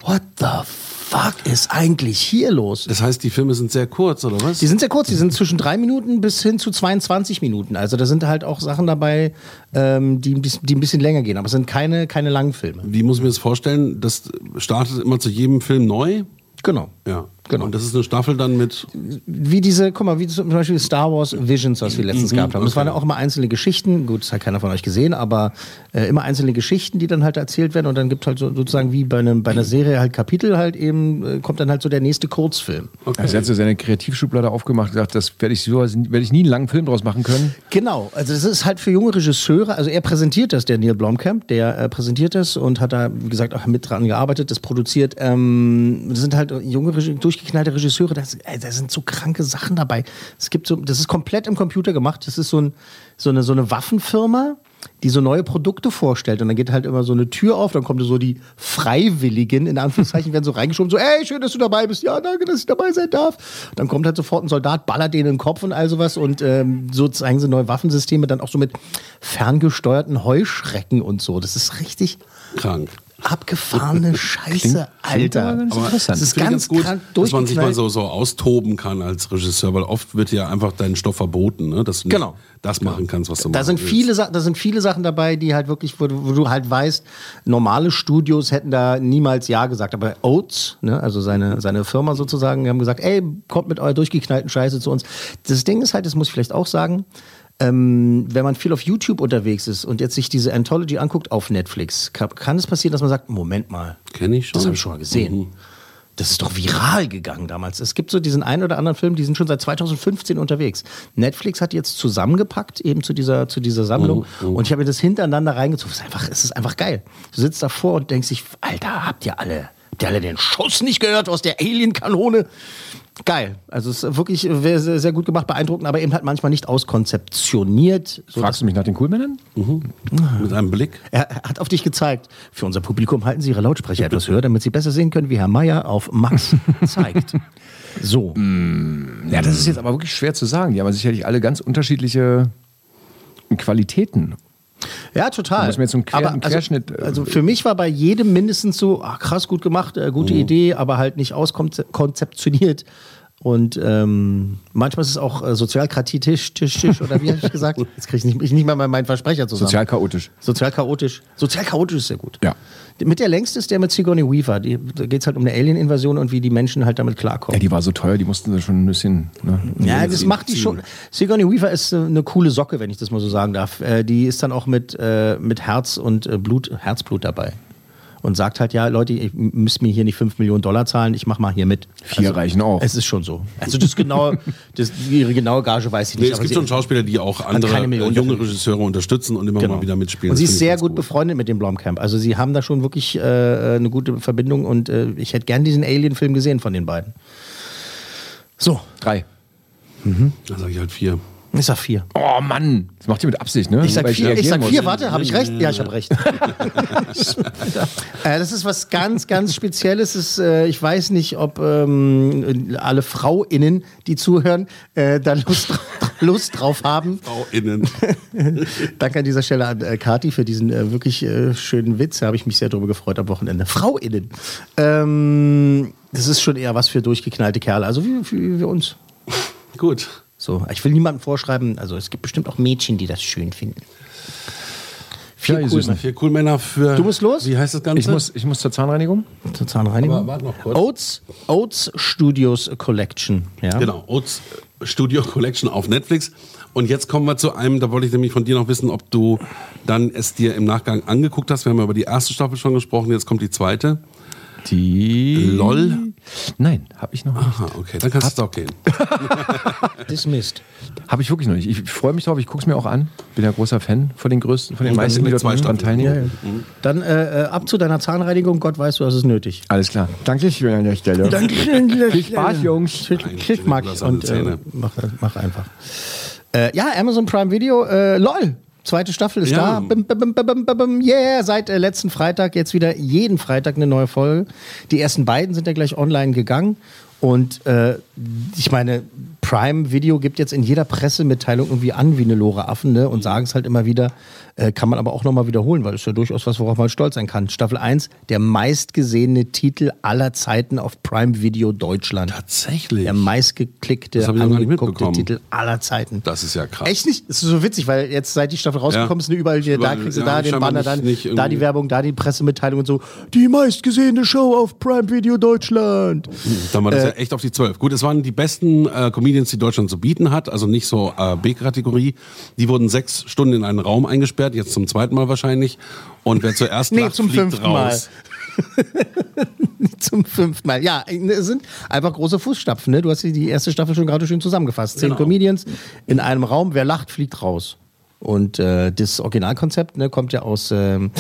Speaker 2: what the fuck ist eigentlich hier los?
Speaker 3: Das heißt, die Filme sind sehr kurz, oder was?
Speaker 2: Die sind sehr kurz, die sind zwischen drei Minuten bis hin zu 22 Minuten. Also da sind halt auch Sachen dabei, ähm, die, ein bis- die ein bisschen länger gehen, aber es sind keine, keine langen Filme.
Speaker 3: Wie muss ich mir das vorstellen? Das startet immer zu jedem Film neu.
Speaker 2: Genau.
Speaker 3: Ja,
Speaker 2: Genau.
Speaker 3: Und das ist eine Staffel dann mit.
Speaker 2: Wie diese, guck mal, wie zum Beispiel Star Wars Visions, was wir letztens gehabt haben. Das waren ja auch immer einzelne Geschichten. Gut, das hat keiner von euch gesehen, aber äh, immer einzelne Geschichten, die dann halt erzählt werden. Und dann gibt halt so, sozusagen wie bei, einem, bei einer Serie halt Kapitel halt eben, äh, kommt dann halt so der nächste Kurzfilm.
Speaker 5: Also er hat so seine Kreativschublade aufgemacht und gesagt, das werde ich, so, werde ich nie einen langen Film draus machen können.
Speaker 2: Genau, also das ist halt für junge Regisseure, also er präsentiert das, der Neil Blomkamp, der äh, präsentiert das und hat da, wie gesagt, auch mit dran gearbeitet, das produziert. Ähm, das sind halt junge, Regi- durchgeknallte Regisseure, das, äh, da sind so kranke Sachen dabei. Es gibt so, das ist komplett im Computer gemacht, das ist so, ein, so, eine, so eine Waffenfirma, die so neue Produkte vorstellt und dann geht halt immer so eine Tür auf, dann kommen so die Freiwilligen, in Anführungszeichen, werden so reingeschoben, so, ey, schön, dass du dabei bist, ja, danke, dass ich dabei sein darf. Dann kommt halt sofort ein Soldat, ballert denen in den Kopf und all sowas und ähm, so zeigen sie neue Waffensysteme, dann auch so mit ferngesteuerten Heuschrecken und so. Das ist richtig
Speaker 3: Krank.
Speaker 2: abgefahrene Scheiße,
Speaker 5: klingt aber
Speaker 2: Alter.
Speaker 5: ganz Aber interessant.
Speaker 2: Das ist
Speaker 3: Finde ich
Speaker 2: ganz, krank
Speaker 3: dass man sich mal
Speaker 2: durchgeknallt.
Speaker 3: so, so austoben kann als Regisseur, weil oft wird ja einfach dein Stoff verboten, ne? dass du nicht
Speaker 2: Genau.
Speaker 3: das machen kannst, was du
Speaker 2: Da
Speaker 3: machen
Speaker 2: sind
Speaker 3: willst.
Speaker 2: viele Sachen, da sind viele Sachen dabei, die halt wirklich, wo, du- wo du halt weißt, normale Studios hätten da niemals Ja gesagt. Aber Oates, ne, also seine, seine Firma sozusagen, haben gesagt, ey, kommt mit eurer durchgeknallten Scheiße zu uns. Das Ding ist halt, das muss ich vielleicht auch sagen, ähm, wenn man viel auf YouTube unterwegs ist und jetzt sich diese Anthology anguckt auf Netflix, kann, kann es passieren, dass man sagt, Moment mal,
Speaker 3: Kenn ich schon.
Speaker 2: das habe ich schon mal gesehen. Das ist doch viral gegangen damals. Es gibt so diesen einen oder anderen Film, die sind schon seit 2015 unterwegs. Netflix hat jetzt zusammengepackt, eben zu dieser, zu dieser Sammlung. Und ich habe mir das hintereinander reingezogen. Es ist, einfach, es ist einfach geil. Du sitzt davor und denkst dich, Alter, habt ihr alle, habt ihr alle den Schuss nicht gehört aus der Alien-Kanone? Geil. Also es ist wirklich äh, sehr, sehr sehr gut gemacht, beeindruckend, aber eben halt manchmal nicht auskonzeptioniert. So
Speaker 5: Fragst du mich nach den Coolmännern?
Speaker 3: Mhm.
Speaker 2: Mhm.
Speaker 3: Mit einem Blick.
Speaker 2: er hat auf dich gezeigt. Für unser Publikum halten Sie Ihre Lautsprecher etwas höher, damit Sie besser sehen können, wie Herr Meier auf Max zeigt. So.
Speaker 5: Mm, Ja, das ist jetzt aber wirklich schwer zu sagen. Die haben sicherlich alle ganz unterschiedliche Qualitäten.
Speaker 2: Ja, total.
Speaker 5: Da muss man jetzt so einen Quer- einen
Speaker 2: also,
Speaker 5: Querschnitt, äh,
Speaker 2: also für mich war bei jedem mindestens so, ah, krass, gut gemacht, äh,
Speaker 5: Oh.
Speaker 2: gute Idee, aber halt nicht auskonzeptioniert. Und ähm, manchmal ist es auch äh, sozialkritisch, tisch, tisch, oder wie habe ich gesagt? Jetzt kriege ich nicht, ich nicht mal meinen Versprecher zusammen.
Speaker 5: Sozial chaotisch.
Speaker 2: Sozial chaotisch. Sozial chaotisch ist sehr gut.
Speaker 5: Ja.
Speaker 2: Mit der längste ist der mit Sigourney Weaver. Die, da geht es halt um eine Alien-Invasion und wie die Menschen halt damit klarkommen.
Speaker 5: Ja, die war so teuer, die mussten sie schon ein bisschen. Ne?
Speaker 2: Ja, das macht die schon. Sigourney Weaver ist äh, eine coole Socke, wenn ich das mal so sagen darf. Äh, die ist dann auch mit, äh, mit Herz und äh, Blut, Herzblut dabei. Und sagt halt, ja, Leute, ihr müsst mir hier nicht 5 Millionen Dollar zahlen, ich mach mal hier mit. Also,
Speaker 5: Vier reichen auch.
Speaker 2: Es ist schon so. Also das genaue, das, ihre genaue Gage weiß ich nicht.
Speaker 3: Nee, es
Speaker 2: aber
Speaker 3: gibt
Speaker 2: sie-
Speaker 3: schon Schauspieler, die auch andere
Speaker 2: keine
Speaker 3: äh,
Speaker 2: Millionen
Speaker 3: junge
Speaker 2: dafür.
Speaker 3: Regisseure unterstützen und immer mal wieder
Speaker 2: Genau.
Speaker 3: mitspielen.
Speaker 2: Und sie ist
Speaker 3: Das finde ich
Speaker 2: sehr
Speaker 3: ganz
Speaker 2: gut befreundet mit dem Blomkamp. Also sie haben da schon wirklich äh, eine gute Verbindung und äh, ich hätte gern diesen Alien-Film gesehen von den beiden. So,
Speaker 5: Drei.
Speaker 3: Da sage ich halt vier.
Speaker 2: ich sag vier.
Speaker 5: Oh Mann, das macht ihr mit Absicht, ne?
Speaker 2: Ich sag
Speaker 5: Weil
Speaker 2: vier, ich
Speaker 5: reagieren
Speaker 2: sag
Speaker 5: muss.
Speaker 2: vier warte, habe ich recht? Ja, ich habe recht. äh, das ist was ganz, ganz Spezielles. Es Ist, äh, ich weiß nicht, ob ähm, alle FrauInnen, die zuhören, äh, da Lust, Lust drauf haben.
Speaker 3: Frau innen.
Speaker 2: Danke an dieser Stelle an äh, Kati für diesen äh, wirklich äh, schönen Witz. Da habe ich mich sehr drüber gefreut am Wochenende. FrauInnen. Ähm, das ist schon eher was für durchgeknallte Kerle. Also wie, wie, wie uns.
Speaker 3: gut.
Speaker 2: So, ich will niemandem vorschreiben, also es gibt bestimmt auch Mädchen, die das schön finden.
Speaker 5: Ja, ihr Süßen.
Speaker 3: Vier cool Männer für.
Speaker 2: Du musst los?
Speaker 3: Wie heißt das Ganze?
Speaker 5: Ich muss, ich muss zur Zahnreinigung.
Speaker 2: Zur Zahnreinigung.
Speaker 3: Aber warte noch kurz.
Speaker 2: Oats, Oats Studios Collection. Ja?
Speaker 3: Genau. Oats Studio Collection auf Netflix. Und jetzt kommen wir zu einem, da wollte ich nämlich von dir noch wissen, ob du dann es dir im Nachgang angeguckt hast. Wir haben ja über die erste Staffel schon gesprochen, jetzt kommt die zweite.
Speaker 5: Die.
Speaker 3: LOL?
Speaker 5: Nein, habe ich noch nicht.
Speaker 3: Ah, okay, dann kannst du es auch gehen.
Speaker 2: Dismissed.
Speaker 5: Habe ich wirklich noch nicht. Ich freue mich drauf, ich gucke es mir auch an. Bin ja großer Fan von den größten, von den
Speaker 3: Und dann
Speaker 5: meisten,
Speaker 3: sind
Speaker 5: die
Speaker 3: wir
Speaker 5: dort
Speaker 3: zwei
Speaker 5: dran
Speaker 3: Staffeln.
Speaker 5: teilnehmen.
Speaker 2: Dann äh, äh, ab zu deiner Zahnreinigung. Gott weiß, du hast es nötig.
Speaker 5: Alles klar. Dankeschön an der Stelle.
Speaker 2: Dankeschön.
Speaker 5: Viel Spaß, Jungs.
Speaker 2: Klick mag ich.
Speaker 3: Ein
Speaker 2: Und, äh,
Speaker 3: Zähne.
Speaker 2: mach, mach einfach. Äh, ja, Amazon Prime Video. Äh, LOL. Zweite Staffel ist
Speaker 3: Ja.
Speaker 2: da. Bim, bim, bim, bim, bim, bim, bim. Yeah, seit äh, letzten Freitag jetzt wieder jeden Freitag eine neue Folge. Die ersten beiden sind ja gleich online gegangen. Und äh, ich meine, Prime Video gibt jetzt in jeder Pressemitteilung irgendwie an wie eine Lore Affen ne? und sagen es halt immer wieder. Äh, kann man aber auch nochmal wiederholen, weil es ja durchaus was, worauf man stolz sein kann. Staffel 1, der meistgesehene Titel aller Zeiten auf Prime Video Deutschland.
Speaker 3: Tatsächlich.
Speaker 2: Der meistgeklickte,
Speaker 3: Das hab ich noch gar nicht
Speaker 2: angeguckte
Speaker 3: mitbekommen.
Speaker 2: Titel aller Zeiten.
Speaker 3: Das ist ja krass.
Speaker 2: Echt nicht? Das ist so witzig, weil jetzt seit die Staffel rausgekommen
Speaker 3: Ja.
Speaker 2: ist, ne, überall, hier, da
Speaker 3: Überall,
Speaker 2: kriegst du
Speaker 3: ja,
Speaker 2: da den
Speaker 3: scheinbar
Speaker 2: Banner,
Speaker 3: nicht-
Speaker 2: dann
Speaker 3: nicht
Speaker 2: da die
Speaker 3: irgendwie-
Speaker 2: Werbung, da die Pressemitteilung und so. Die meistgesehene Show auf Prime Video Deutschland.
Speaker 3: Dann
Speaker 2: Äh.
Speaker 3: war das ja echt auf die 12. Gut, es waren die besten äh, Comedians, die Deutschland zu bieten hat, also nicht so äh, B-Kategorie. Die wurden sechs Stunden in einen Raum eingesperrt, jetzt zum zweiten Mal wahrscheinlich. Und wer zuerst
Speaker 2: Nee,
Speaker 3: lacht,
Speaker 2: zum
Speaker 3: fliegt
Speaker 2: fünften
Speaker 3: raus.
Speaker 2: Zum fünften Mal. Ja, äh, ne, es sind einfach große Fußstapfen. Ne? Du hast die erste Staffel schon gerade schön zusammengefasst. Zehn Comedians in einem Raum. Wer lacht, fliegt raus. Und äh, das Originalkonzept ne, kommt ja aus, ähm,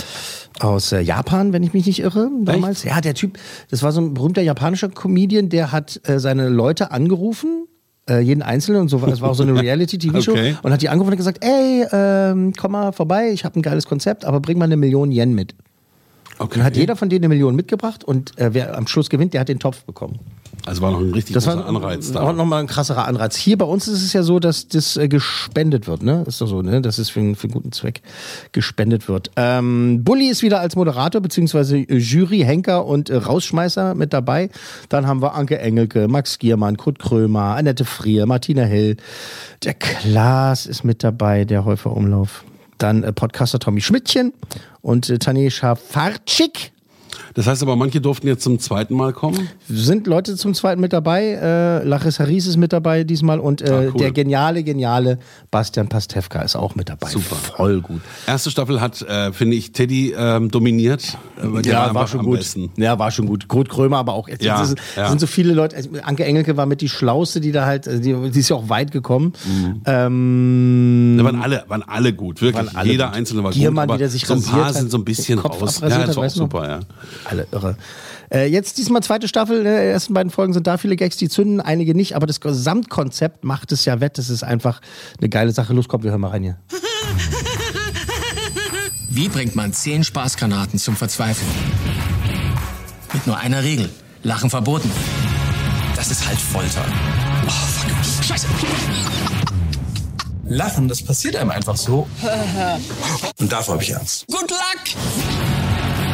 Speaker 2: aus äh, Japan, wenn ich mich nicht irre. Damals. Ja, der Typ, das war so ein berühmter japanischer Comedian, der hat äh, seine Leute angerufen, äh, jeden Einzelnen und so. Es war auch so eine Reality-TV-Show.
Speaker 3: Okay.
Speaker 2: Und hat die angerufen und gesagt, ey, ähm, komm mal vorbei, ich habe ein geiles Konzept, aber bring mal eine Million Yen mit.
Speaker 3: Okay.
Speaker 2: Dann hat jeder von denen eine Million mitgebracht und äh, wer am Schluss gewinnt, der hat den Topf bekommen.
Speaker 3: Also war noch ein richtig
Speaker 2: Das
Speaker 3: großer
Speaker 2: war
Speaker 3: Anreiz da.
Speaker 2: auch nochmal ein krasserer Anreiz. Hier bei uns ist es ja so, dass das äh, gespendet wird, ne? Ist doch so, ne? Dass es für, einen- für einen guten Zweck gespendet wird. Ähm, Bulli ist wieder als Moderator beziehungsweise äh, Jury, Henker und äh, Rausschmeißer mit dabei. Dann haben wir Anke Engelke, Max Giermann, Kurt Krömer, Annette Frier, Martina Hill. Der Klaas ist mit dabei, der Häufer Umlauf. Dann äh, Podcaster Tommy Schmidtchen und äh, Tanesha Farczyk.
Speaker 3: Das heißt aber, manche durften jetzt zum zweiten Mal kommen.
Speaker 2: sind Leute zum zweiten mit dabei. Äh, Lachis Haris ist mit dabei diesmal und äh,
Speaker 3: Ah, cool.
Speaker 2: der geniale, geniale Bastian Pastewka ist auch mit dabei.
Speaker 3: Super.
Speaker 2: Voll gut.
Speaker 3: Erste Staffel hat, äh, finde ich, Teddy ähm, dominiert. Aber der einfach am Besten.
Speaker 2: Ja, war schon gut. Kurt Krömer aber auch. Jetzt
Speaker 3: Ja,
Speaker 2: sind,
Speaker 3: ja.
Speaker 2: sind so viele Leute. also Anke Engelke war mit die Schlauste, die da halt, also die, die ist ja auch weit gekommen.
Speaker 3: Mhm.
Speaker 2: Ähm,
Speaker 3: Da waren alle, waren alle gut, wirklich.
Speaker 2: Waren alle
Speaker 3: Jeder
Speaker 2: gut.
Speaker 3: einzelne war
Speaker 2: Giermann,
Speaker 3: gut. aber
Speaker 2: der sich
Speaker 3: so ein
Speaker 2: rasiert
Speaker 3: paar
Speaker 2: hat,
Speaker 3: sind so ein bisschen
Speaker 2: den Kopf
Speaker 3: raus.
Speaker 2: abrasiert
Speaker 3: Ja, das
Speaker 2: hat,
Speaker 3: war auch
Speaker 2: weißt du noch?
Speaker 3: super, ja.
Speaker 2: alle irre. Äh, jetzt diesmal zweite Staffel, ne, ersten beiden Folgen sind da viele Gags, die zünden, einige nicht, aber das Gesamtkonzept macht es ja wett. Das ist einfach eine geile Sache. Los, komm, wir hören mal rein hier.
Speaker 7: Wie bringt man zehn Spaßgranaten zum Verzweifeln? Mit nur einer Regel. Lachen verboten. Das ist halt Folter. Oh, fuck. Scheiße. Lachen, das passiert einem einfach so. Und davor habe ich Angst.
Speaker 6: Good luck!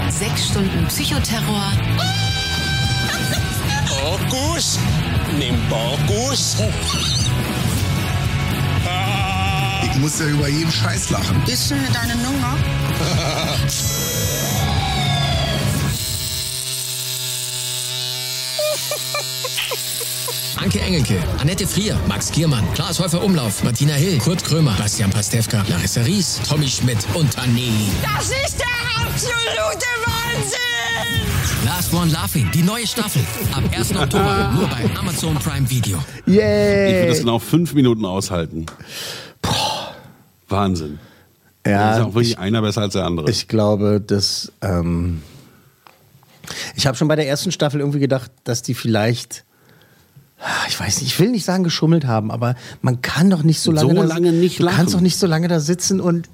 Speaker 9: Sechs Stunden Psychoterror
Speaker 7: Borgus. Nimm Borgus.
Speaker 8: Ich muss ja über jeden Scheiß lachen.
Speaker 9: Bist du mir deine Nummer?
Speaker 7: Anke Engelke, Annette Frier, Max Giermann, Klaas Häufer Umlauf, Martina Hill, Kurt Krömer, Bastian Pastewka, Larissa Ries, Tommy Schmidt und Tane.
Speaker 6: Das ist der absolute Wahnsinn!
Speaker 7: Last One Laughing, die neue Staffel. Ab 1. Oktober nur bei Amazon Prime Video.
Speaker 3: Ich würde
Speaker 2: Yay!
Speaker 3: das genau fünf Minuten aushalten. Wahnsinn. das ist
Speaker 2: ja,
Speaker 3: auch wirklich einer besser als der andere.
Speaker 2: ich glaube, dass. Ähm ich habe schon bei der ersten Staffel irgendwie gedacht, dass die vielleicht. Ich weiß nicht, ich will nicht sagen geschummelt haben, aber man kann doch nicht so lange,
Speaker 3: So
Speaker 2: da,
Speaker 3: lange nicht
Speaker 2: du
Speaker 3: lachen.
Speaker 2: kannst doch nicht so lange da sitzen und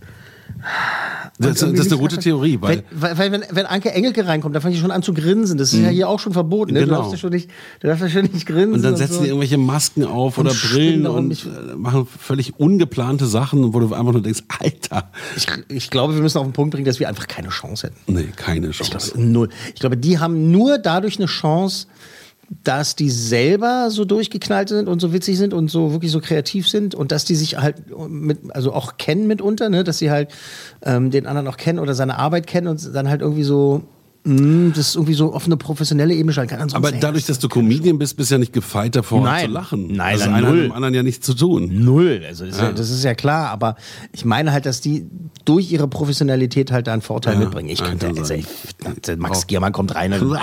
Speaker 3: das, das ist eine gute Theorie, weil
Speaker 2: Weil, weil, weil wenn, wenn Anke Engelke reinkommt, dann fange ich schon an zu grinsen. Das ist ja hier auch schon verboten. Ne?
Speaker 3: Mhm. Genau.
Speaker 2: Du, darfst ja schon nicht, du darfst ja schon nicht grinsen.
Speaker 3: und dann setzen die irgendwelche Masken auf
Speaker 2: Und
Speaker 3: oder
Speaker 2: spinnen
Speaker 3: Brillen
Speaker 2: darum.
Speaker 3: und
Speaker 2: Ich-
Speaker 3: äh, machen völlig ungeplante Sachen, wo du einfach nur denkst, Alter,
Speaker 2: ich, ich glaube, wir müssen auf den Punkt bringen, dass wir einfach keine Chance hätten.
Speaker 3: nee, keine
Speaker 2: Ich
Speaker 3: Chance.
Speaker 2: glaube, null. Ich glaube, die haben nur dadurch eine Chance, dass die selber so durchgeknallt sind und so witzig sind und so wirklich so kreativ sind und dass die sich halt mit, also auch kennen mitunter, ne? dass sie halt ähm, den anderen auch kennen oder seine Arbeit kennen und dann halt irgendwie so mh, das irgendwie so auf eine professionelle Ebene scheint. Kann
Speaker 3: Aber dadurch, dass du Comedian bist, bist du ja nicht gefeit davor
Speaker 2: Nein.
Speaker 3: zu lachen.
Speaker 2: Nein,
Speaker 3: also
Speaker 2: nein,
Speaker 3: einer
Speaker 2: null.
Speaker 3: hat mit dem anderen ja nichts zu tun.
Speaker 2: Null, also ist ja.
Speaker 3: Ja.
Speaker 2: das ist ja klar, aber ich meine halt, dass die durch ihre Professionalität halt da einen Vorteil
Speaker 3: Ja,
Speaker 2: mitbringen. Ich
Speaker 3: ja,
Speaker 2: könnte,
Speaker 3: kann
Speaker 2: also
Speaker 3: sein.
Speaker 2: ich, verdammt, Max Giermann kommt rein und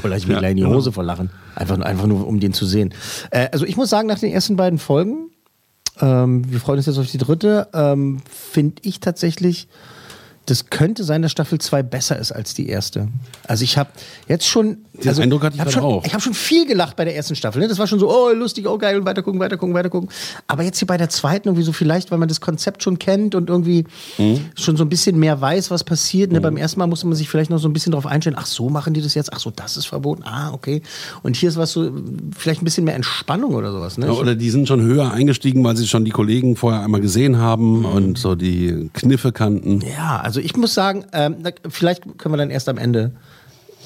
Speaker 2: puller ich mir gleich in
Speaker 3: genau.
Speaker 2: die Hose vor Lachen. Einfach, einfach nur, um den zu sehen. Äh, also ich muss sagen, nach den ersten beiden Folgen, ähm, wir freuen uns jetzt auf die dritte, ähm, finde ich tatsächlich, das könnte sein, dass Staffel 2 besser ist als die erste. Also ich habe jetzt schon...
Speaker 3: Den
Speaker 2: also,
Speaker 3: Eindruck hatte ich
Speaker 2: hab
Speaker 3: gerade
Speaker 2: schon,
Speaker 3: auch.
Speaker 2: Ich habe schon viel gelacht bei der ersten Staffel. Ne? Das war schon so, oh, lustig, oh, geil, und weiter gucken, weiter gucken, weiter gucken. Aber jetzt hier bei der zweiten irgendwie so vielleicht, weil man das Konzept schon kennt und irgendwie schon so ein bisschen mehr weiß, was passiert. Ne? Beim ersten Mal musste man sich vielleicht noch so ein bisschen darauf einstellen, ach, so machen die das jetzt, ach so, das ist verboten, ah, okay. Und hier ist was so, vielleicht ein bisschen mehr Entspannung oder sowas. Ne?
Speaker 3: Ja, oder die sind schon höher eingestiegen, weil sie schon die Kollegen vorher einmal gesehen haben und so die Kniffe kannten.
Speaker 2: Mhm. Ja, also ich muss sagen, ähm, na, vielleicht können wir dann erst am Ende.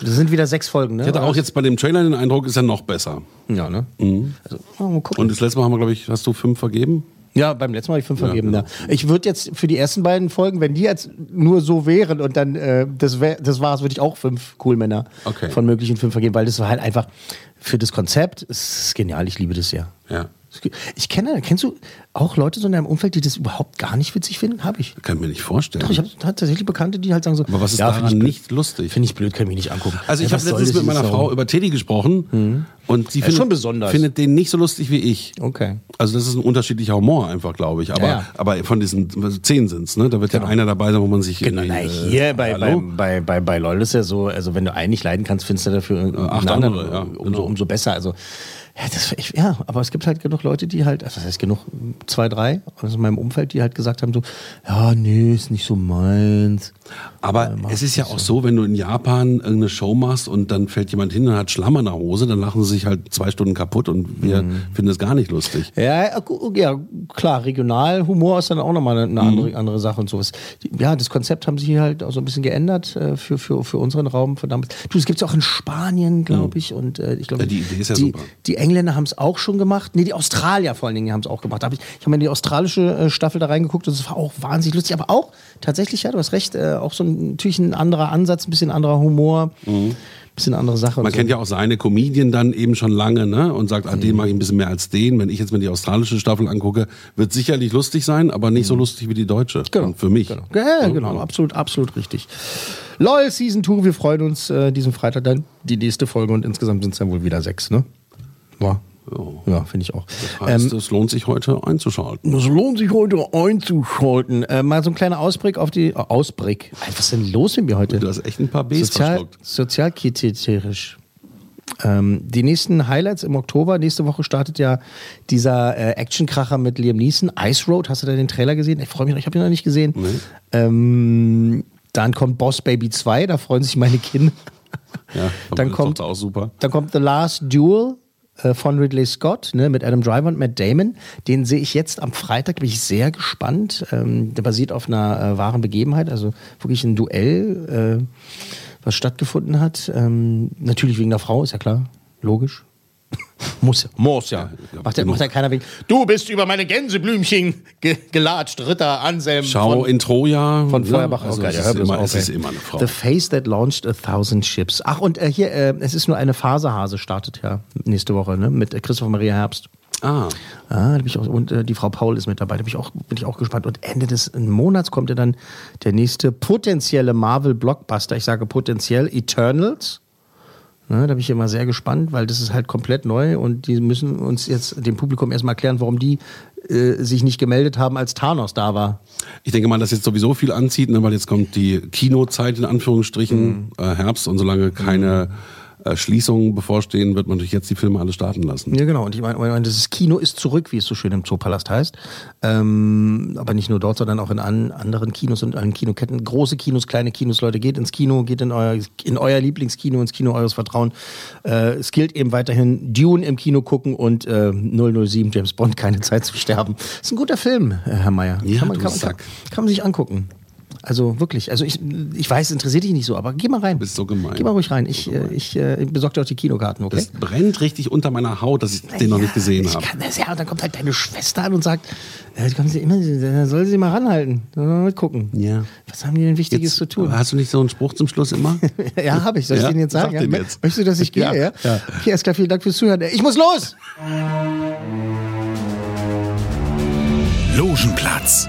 Speaker 2: Das sind wieder sechs Folgen, ne?
Speaker 3: Ich hatte auch jetzt bei dem Trailer den Eindruck, ist er noch besser.
Speaker 2: Ja, ne? Also, oh, mal gucken.
Speaker 3: Und das letzte Mal haben wir, glaube ich, hast du fünf vergeben?
Speaker 2: Ja, beim letzten Mal habe ich fünf vergeben. Ja.
Speaker 3: genau.
Speaker 2: Ich würde jetzt für die ersten beiden Folgen, wenn die jetzt nur so wären und dann äh, das, wär, das war's, würde ich auch fünf Coolmänner
Speaker 3: Okay.
Speaker 2: von möglichen fünf vergeben, weil das war halt einfach für das Konzept, es ist genial, ich liebe das ja.
Speaker 3: Ja.
Speaker 2: Ich kenne, kennst du auch Leute so in deinem Umfeld, die das überhaupt gar nicht witzig finden? Habe ich.
Speaker 3: Kann mir nicht vorstellen.
Speaker 2: Doch, ich habe tatsächlich Bekannte, die halt sagen so,
Speaker 3: Aber was ist
Speaker 2: ja,
Speaker 3: daran
Speaker 2: find ich,
Speaker 3: nicht lustig?
Speaker 2: Finde ich blöd, kann ich mir nicht angucken.
Speaker 3: Also ich
Speaker 2: Ja,
Speaker 3: habe
Speaker 2: was soll
Speaker 3: letztens
Speaker 2: das
Speaker 3: mit meiner
Speaker 2: jetzt
Speaker 3: Frau
Speaker 2: noch?
Speaker 3: über Teddy gesprochen
Speaker 2: Mhm.
Speaker 3: und
Speaker 2: Er
Speaker 3: sie
Speaker 2: ist
Speaker 3: findet,
Speaker 2: schon besonders.
Speaker 3: findet den nicht so lustig wie ich.
Speaker 2: Okay.
Speaker 3: Also das ist ein unterschiedlicher Humor einfach, glaube ich. Aber,
Speaker 2: Ja, ja.
Speaker 3: aber von diesen zehn sind's, ne? Da wird ja einer dabei sein, wo man sich
Speaker 2: Genau, na,
Speaker 3: irgendwie, äh,
Speaker 2: hier bei, bei,
Speaker 3: hallo?
Speaker 2: bei, bei, bei LOL ist ja so, also wenn du einen nicht leiden kannst, findest du dafür einen
Speaker 3: acht
Speaker 2: anderen,
Speaker 3: andere, ja,
Speaker 2: umso,
Speaker 3: genau.
Speaker 2: umso besser. Also, ja, das, ich, ja, aber es gibt halt genug Leute, die halt, also das heißt genug, zwei, drei aus meinem Umfeld, die halt gesagt haben so, ja, nee, ist nicht so meins.
Speaker 3: Aber es ist ja auch so, wenn du in Japan irgendeine Show machst und dann fällt jemand hin und hat Schlamm an der Hose, dann lachen sie sich halt zwei Stunden kaputt und wir
Speaker 2: Mhm.
Speaker 3: finden es gar nicht lustig.
Speaker 2: Ja, gu- ja, klar, Regionalhumor ist dann auch nochmal eine
Speaker 3: Mhm.
Speaker 2: andere, andere Sache und sowas. Die- Ja, das Konzept haben sie hier halt auch so ein bisschen geändert äh, für, für, für unseren Raum. Verdammt. Du, es gibt es auch in Spanien, glaube ich. Und äh, ich glaube,
Speaker 3: Mhm. Ja, die Idee ist ja
Speaker 2: die,
Speaker 3: super.
Speaker 2: die Engländer haben es auch schon gemacht. Nee, die Australier vor allen Dingen haben es auch gemacht. Da Hab ich ich habe mir die australische äh, Staffel da reingeguckt und es war auch wahnsinnig lustig. Aber auch tatsächlich, ja, du hast recht, äh, auch so ein, natürlich ein anderer Ansatz, ein bisschen anderer Humor, bisschen andere Sache. und
Speaker 3: Mhm. Man
Speaker 2: so.
Speaker 3: kennt ja auch seine Comedian dann eben schon lange ne? und sagt, ah,
Speaker 2: Mhm.
Speaker 3: den mag ich ein bisschen mehr als den. Wenn ich jetzt mir die australische Staffel angucke, wird sicherlich lustig sein, aber nicht so lustig wie die deutsche. Und für mich.
Speaker 2: Mhm.
Speaker 3: Ne?
Speaker 2: Genau, ja, ja, genau. Absolut, absolut richtig. LOL Season 2, wir freuen uns äh, diesen Freitag dann die nächste Folge und insgesamt sind es dann wohl wieder sechs, ne? Ja, ja finde ich auch. Ähm,
Speaker 3: Heißt, es lohnt sich heute einzuschalten.
Speaker 2: Es lohnt sich heute einzuschalten. Äh, mal so ein kleiner Ausblick auf die. äh, Ausblick. Ey, Was ist denn los mit mir heute?
Speaker 3: Du hast echt ein paar Bs
Speaker 2: Sozial,
Speaker 3: verschluckt.
Speaker 2: sozialkriterisch. Ähm, die nächsten Highlights im Oktober. Nächste Woche startet ja dieser äh, Actionkracher mit Liam Neeson. Ice Road, hast du da den Trailer gesehen? Ich freue mich, noch, ich habe ihn noch nicht gesehen. Ähm, dann kommt Boss Baby 2, da freuen sich meine Kinder.
Speaker 3: Ja, aber
Speaker 2: Dann
Speaker 3: das
Speaker 2: kommt-
Speaker 3: ist doch auch super.
Speaker 2: Dann kommt The Last Duel äh, von Ridley Scott ne, mit Adam Driver und Matt Damon. Den sehe ich jetzt am Freitag, bin ich sehr gespannt. Ähm, der basiert auf einer äh, wahren Begebenheit, also wirklich ein Duell, äh, was stattgefunden hat. Ähm, natürlich wegen der Frau, ist ja klar, logisch. Muss, muss ja. Macht ja,
Speaker 3: genug.
Speaker 2: macht ja keiner wegen. Du bist über meine Gänseblümchen ge gelatscht, Ritter Anselm.
Speaker 3: Schau
Speaker 2: von-
Speaker 3: in Troja.
Speaker 2: von
Speaker 3: ne?
Speaker 2: Feuerbach
Speaker 3: Also
Speaker 2: aus.
Speaker 3: es, ist immer, es ist immer eine Frau.
Speaker 2: The Face That Launched a Thousand Ships. Ach, und äh, hier, äh, es ist nur eine Faserhase, startet ja nächste Woche, ne? Mit äh, Christoph Maria Herbst.
Speaker 3: Ah,
Speaker 2: Ah, da bin ich auch, und äh, die Frau Paul ist mit dabei, da bin ich, auch, bin ich auch gespannt. Und Ende des Monats kommt ja dann der nächste potenzielle Marvel-Blockbuster. Ich sage potenziell Eternals. Ne, da bin ich immer sehr gespannt, weil das ist halt komplett neu und die müssen uns jetzt dem Publikum erstmal erklären, warum die äh, sich nicht gemeldet haben, als Thanos da war.
Speaker 3: ich denke mal, dass jetzt sowieso viel anzieht, ne, weil jetzt kommt die Kinozeit in Anführungsstrichen,
Speaker 2: Mhm.
Speaker 3: äh, Herbst und solange keine äh, Schließungen bevorstehen, wird man natürlich jetzt die Filme alle starten lassen.
Speaker 2: Ja, genau. Und ich meine, mein, das Kino ist zurück, wie es so schön im Zoopalast heißt. Ähm, aber nicht nur dort, sondern auch in an, anderen Kinos und allen Kinoketten. Große Kinos, kleine Kinos. Leute, geht ins Kino, geht in euer, in euer Lieblingskino, ins Kino eures Vertrauen. Äh, es gilt eben weiterhin Dune im Kino gucken und äh, 007 James Bond, keine Zeit zu sterben. Ist ein guter Film, äh, Herr Mayer.
Speaker 3: Ja,
Speaker 2: kann, man,
Speaker 3: du
Speaker 2: kann, man,
Speaker 3: Sack.
Speaker 2: kann, kann man sich angucken. Also wirklich. Also ich, ich weiß, es interessiert dich nicht so, aber geh mal rein.
Speaker 3: Bist so gemein.
Speaker 2: Geh mal ruhig rein. Ich, äh, ich äh, besorge dir auch die Kinokarten, okay?
Speaker 3: Das brennt richtig unter meiner Haut, dass ich den noch nicht gesehen
Speaker 2: ich
Speaker 3: habe.
Speaker 2: kann das ja. Und dann kommt halt deine Schwester an und sagt, äh, kommen sie immer, äh, soll sie mal ranhalten. Sollen wir mal mitgucken.
Speaker 3: Ja.
Speaker 2: Was haben die denn Wichtiges zu tun?
Speaker 3: Hast du nicht so einen Spruch zum Schluss immer?
Speaker 2: Ja, habe ich. Soll ich
Speaker 3: Ja,
Speaker 2: den jetzt
Speaker 3: sag
Speaker 2: sagen? Ja?
Speaker 3: den
Speaker 2: Mö-
Speaker 3: jetzt.
Speaker 2: Möchtest du, dass ich gehe?
Speaker 3: Ja,
Speaker 2: Ja,
Speaker 3: ja.
Speaker 2: Okay, Eska, vielen Dank fürs Zuhören. Ich muss los!
Speaker 1: Logenplatz.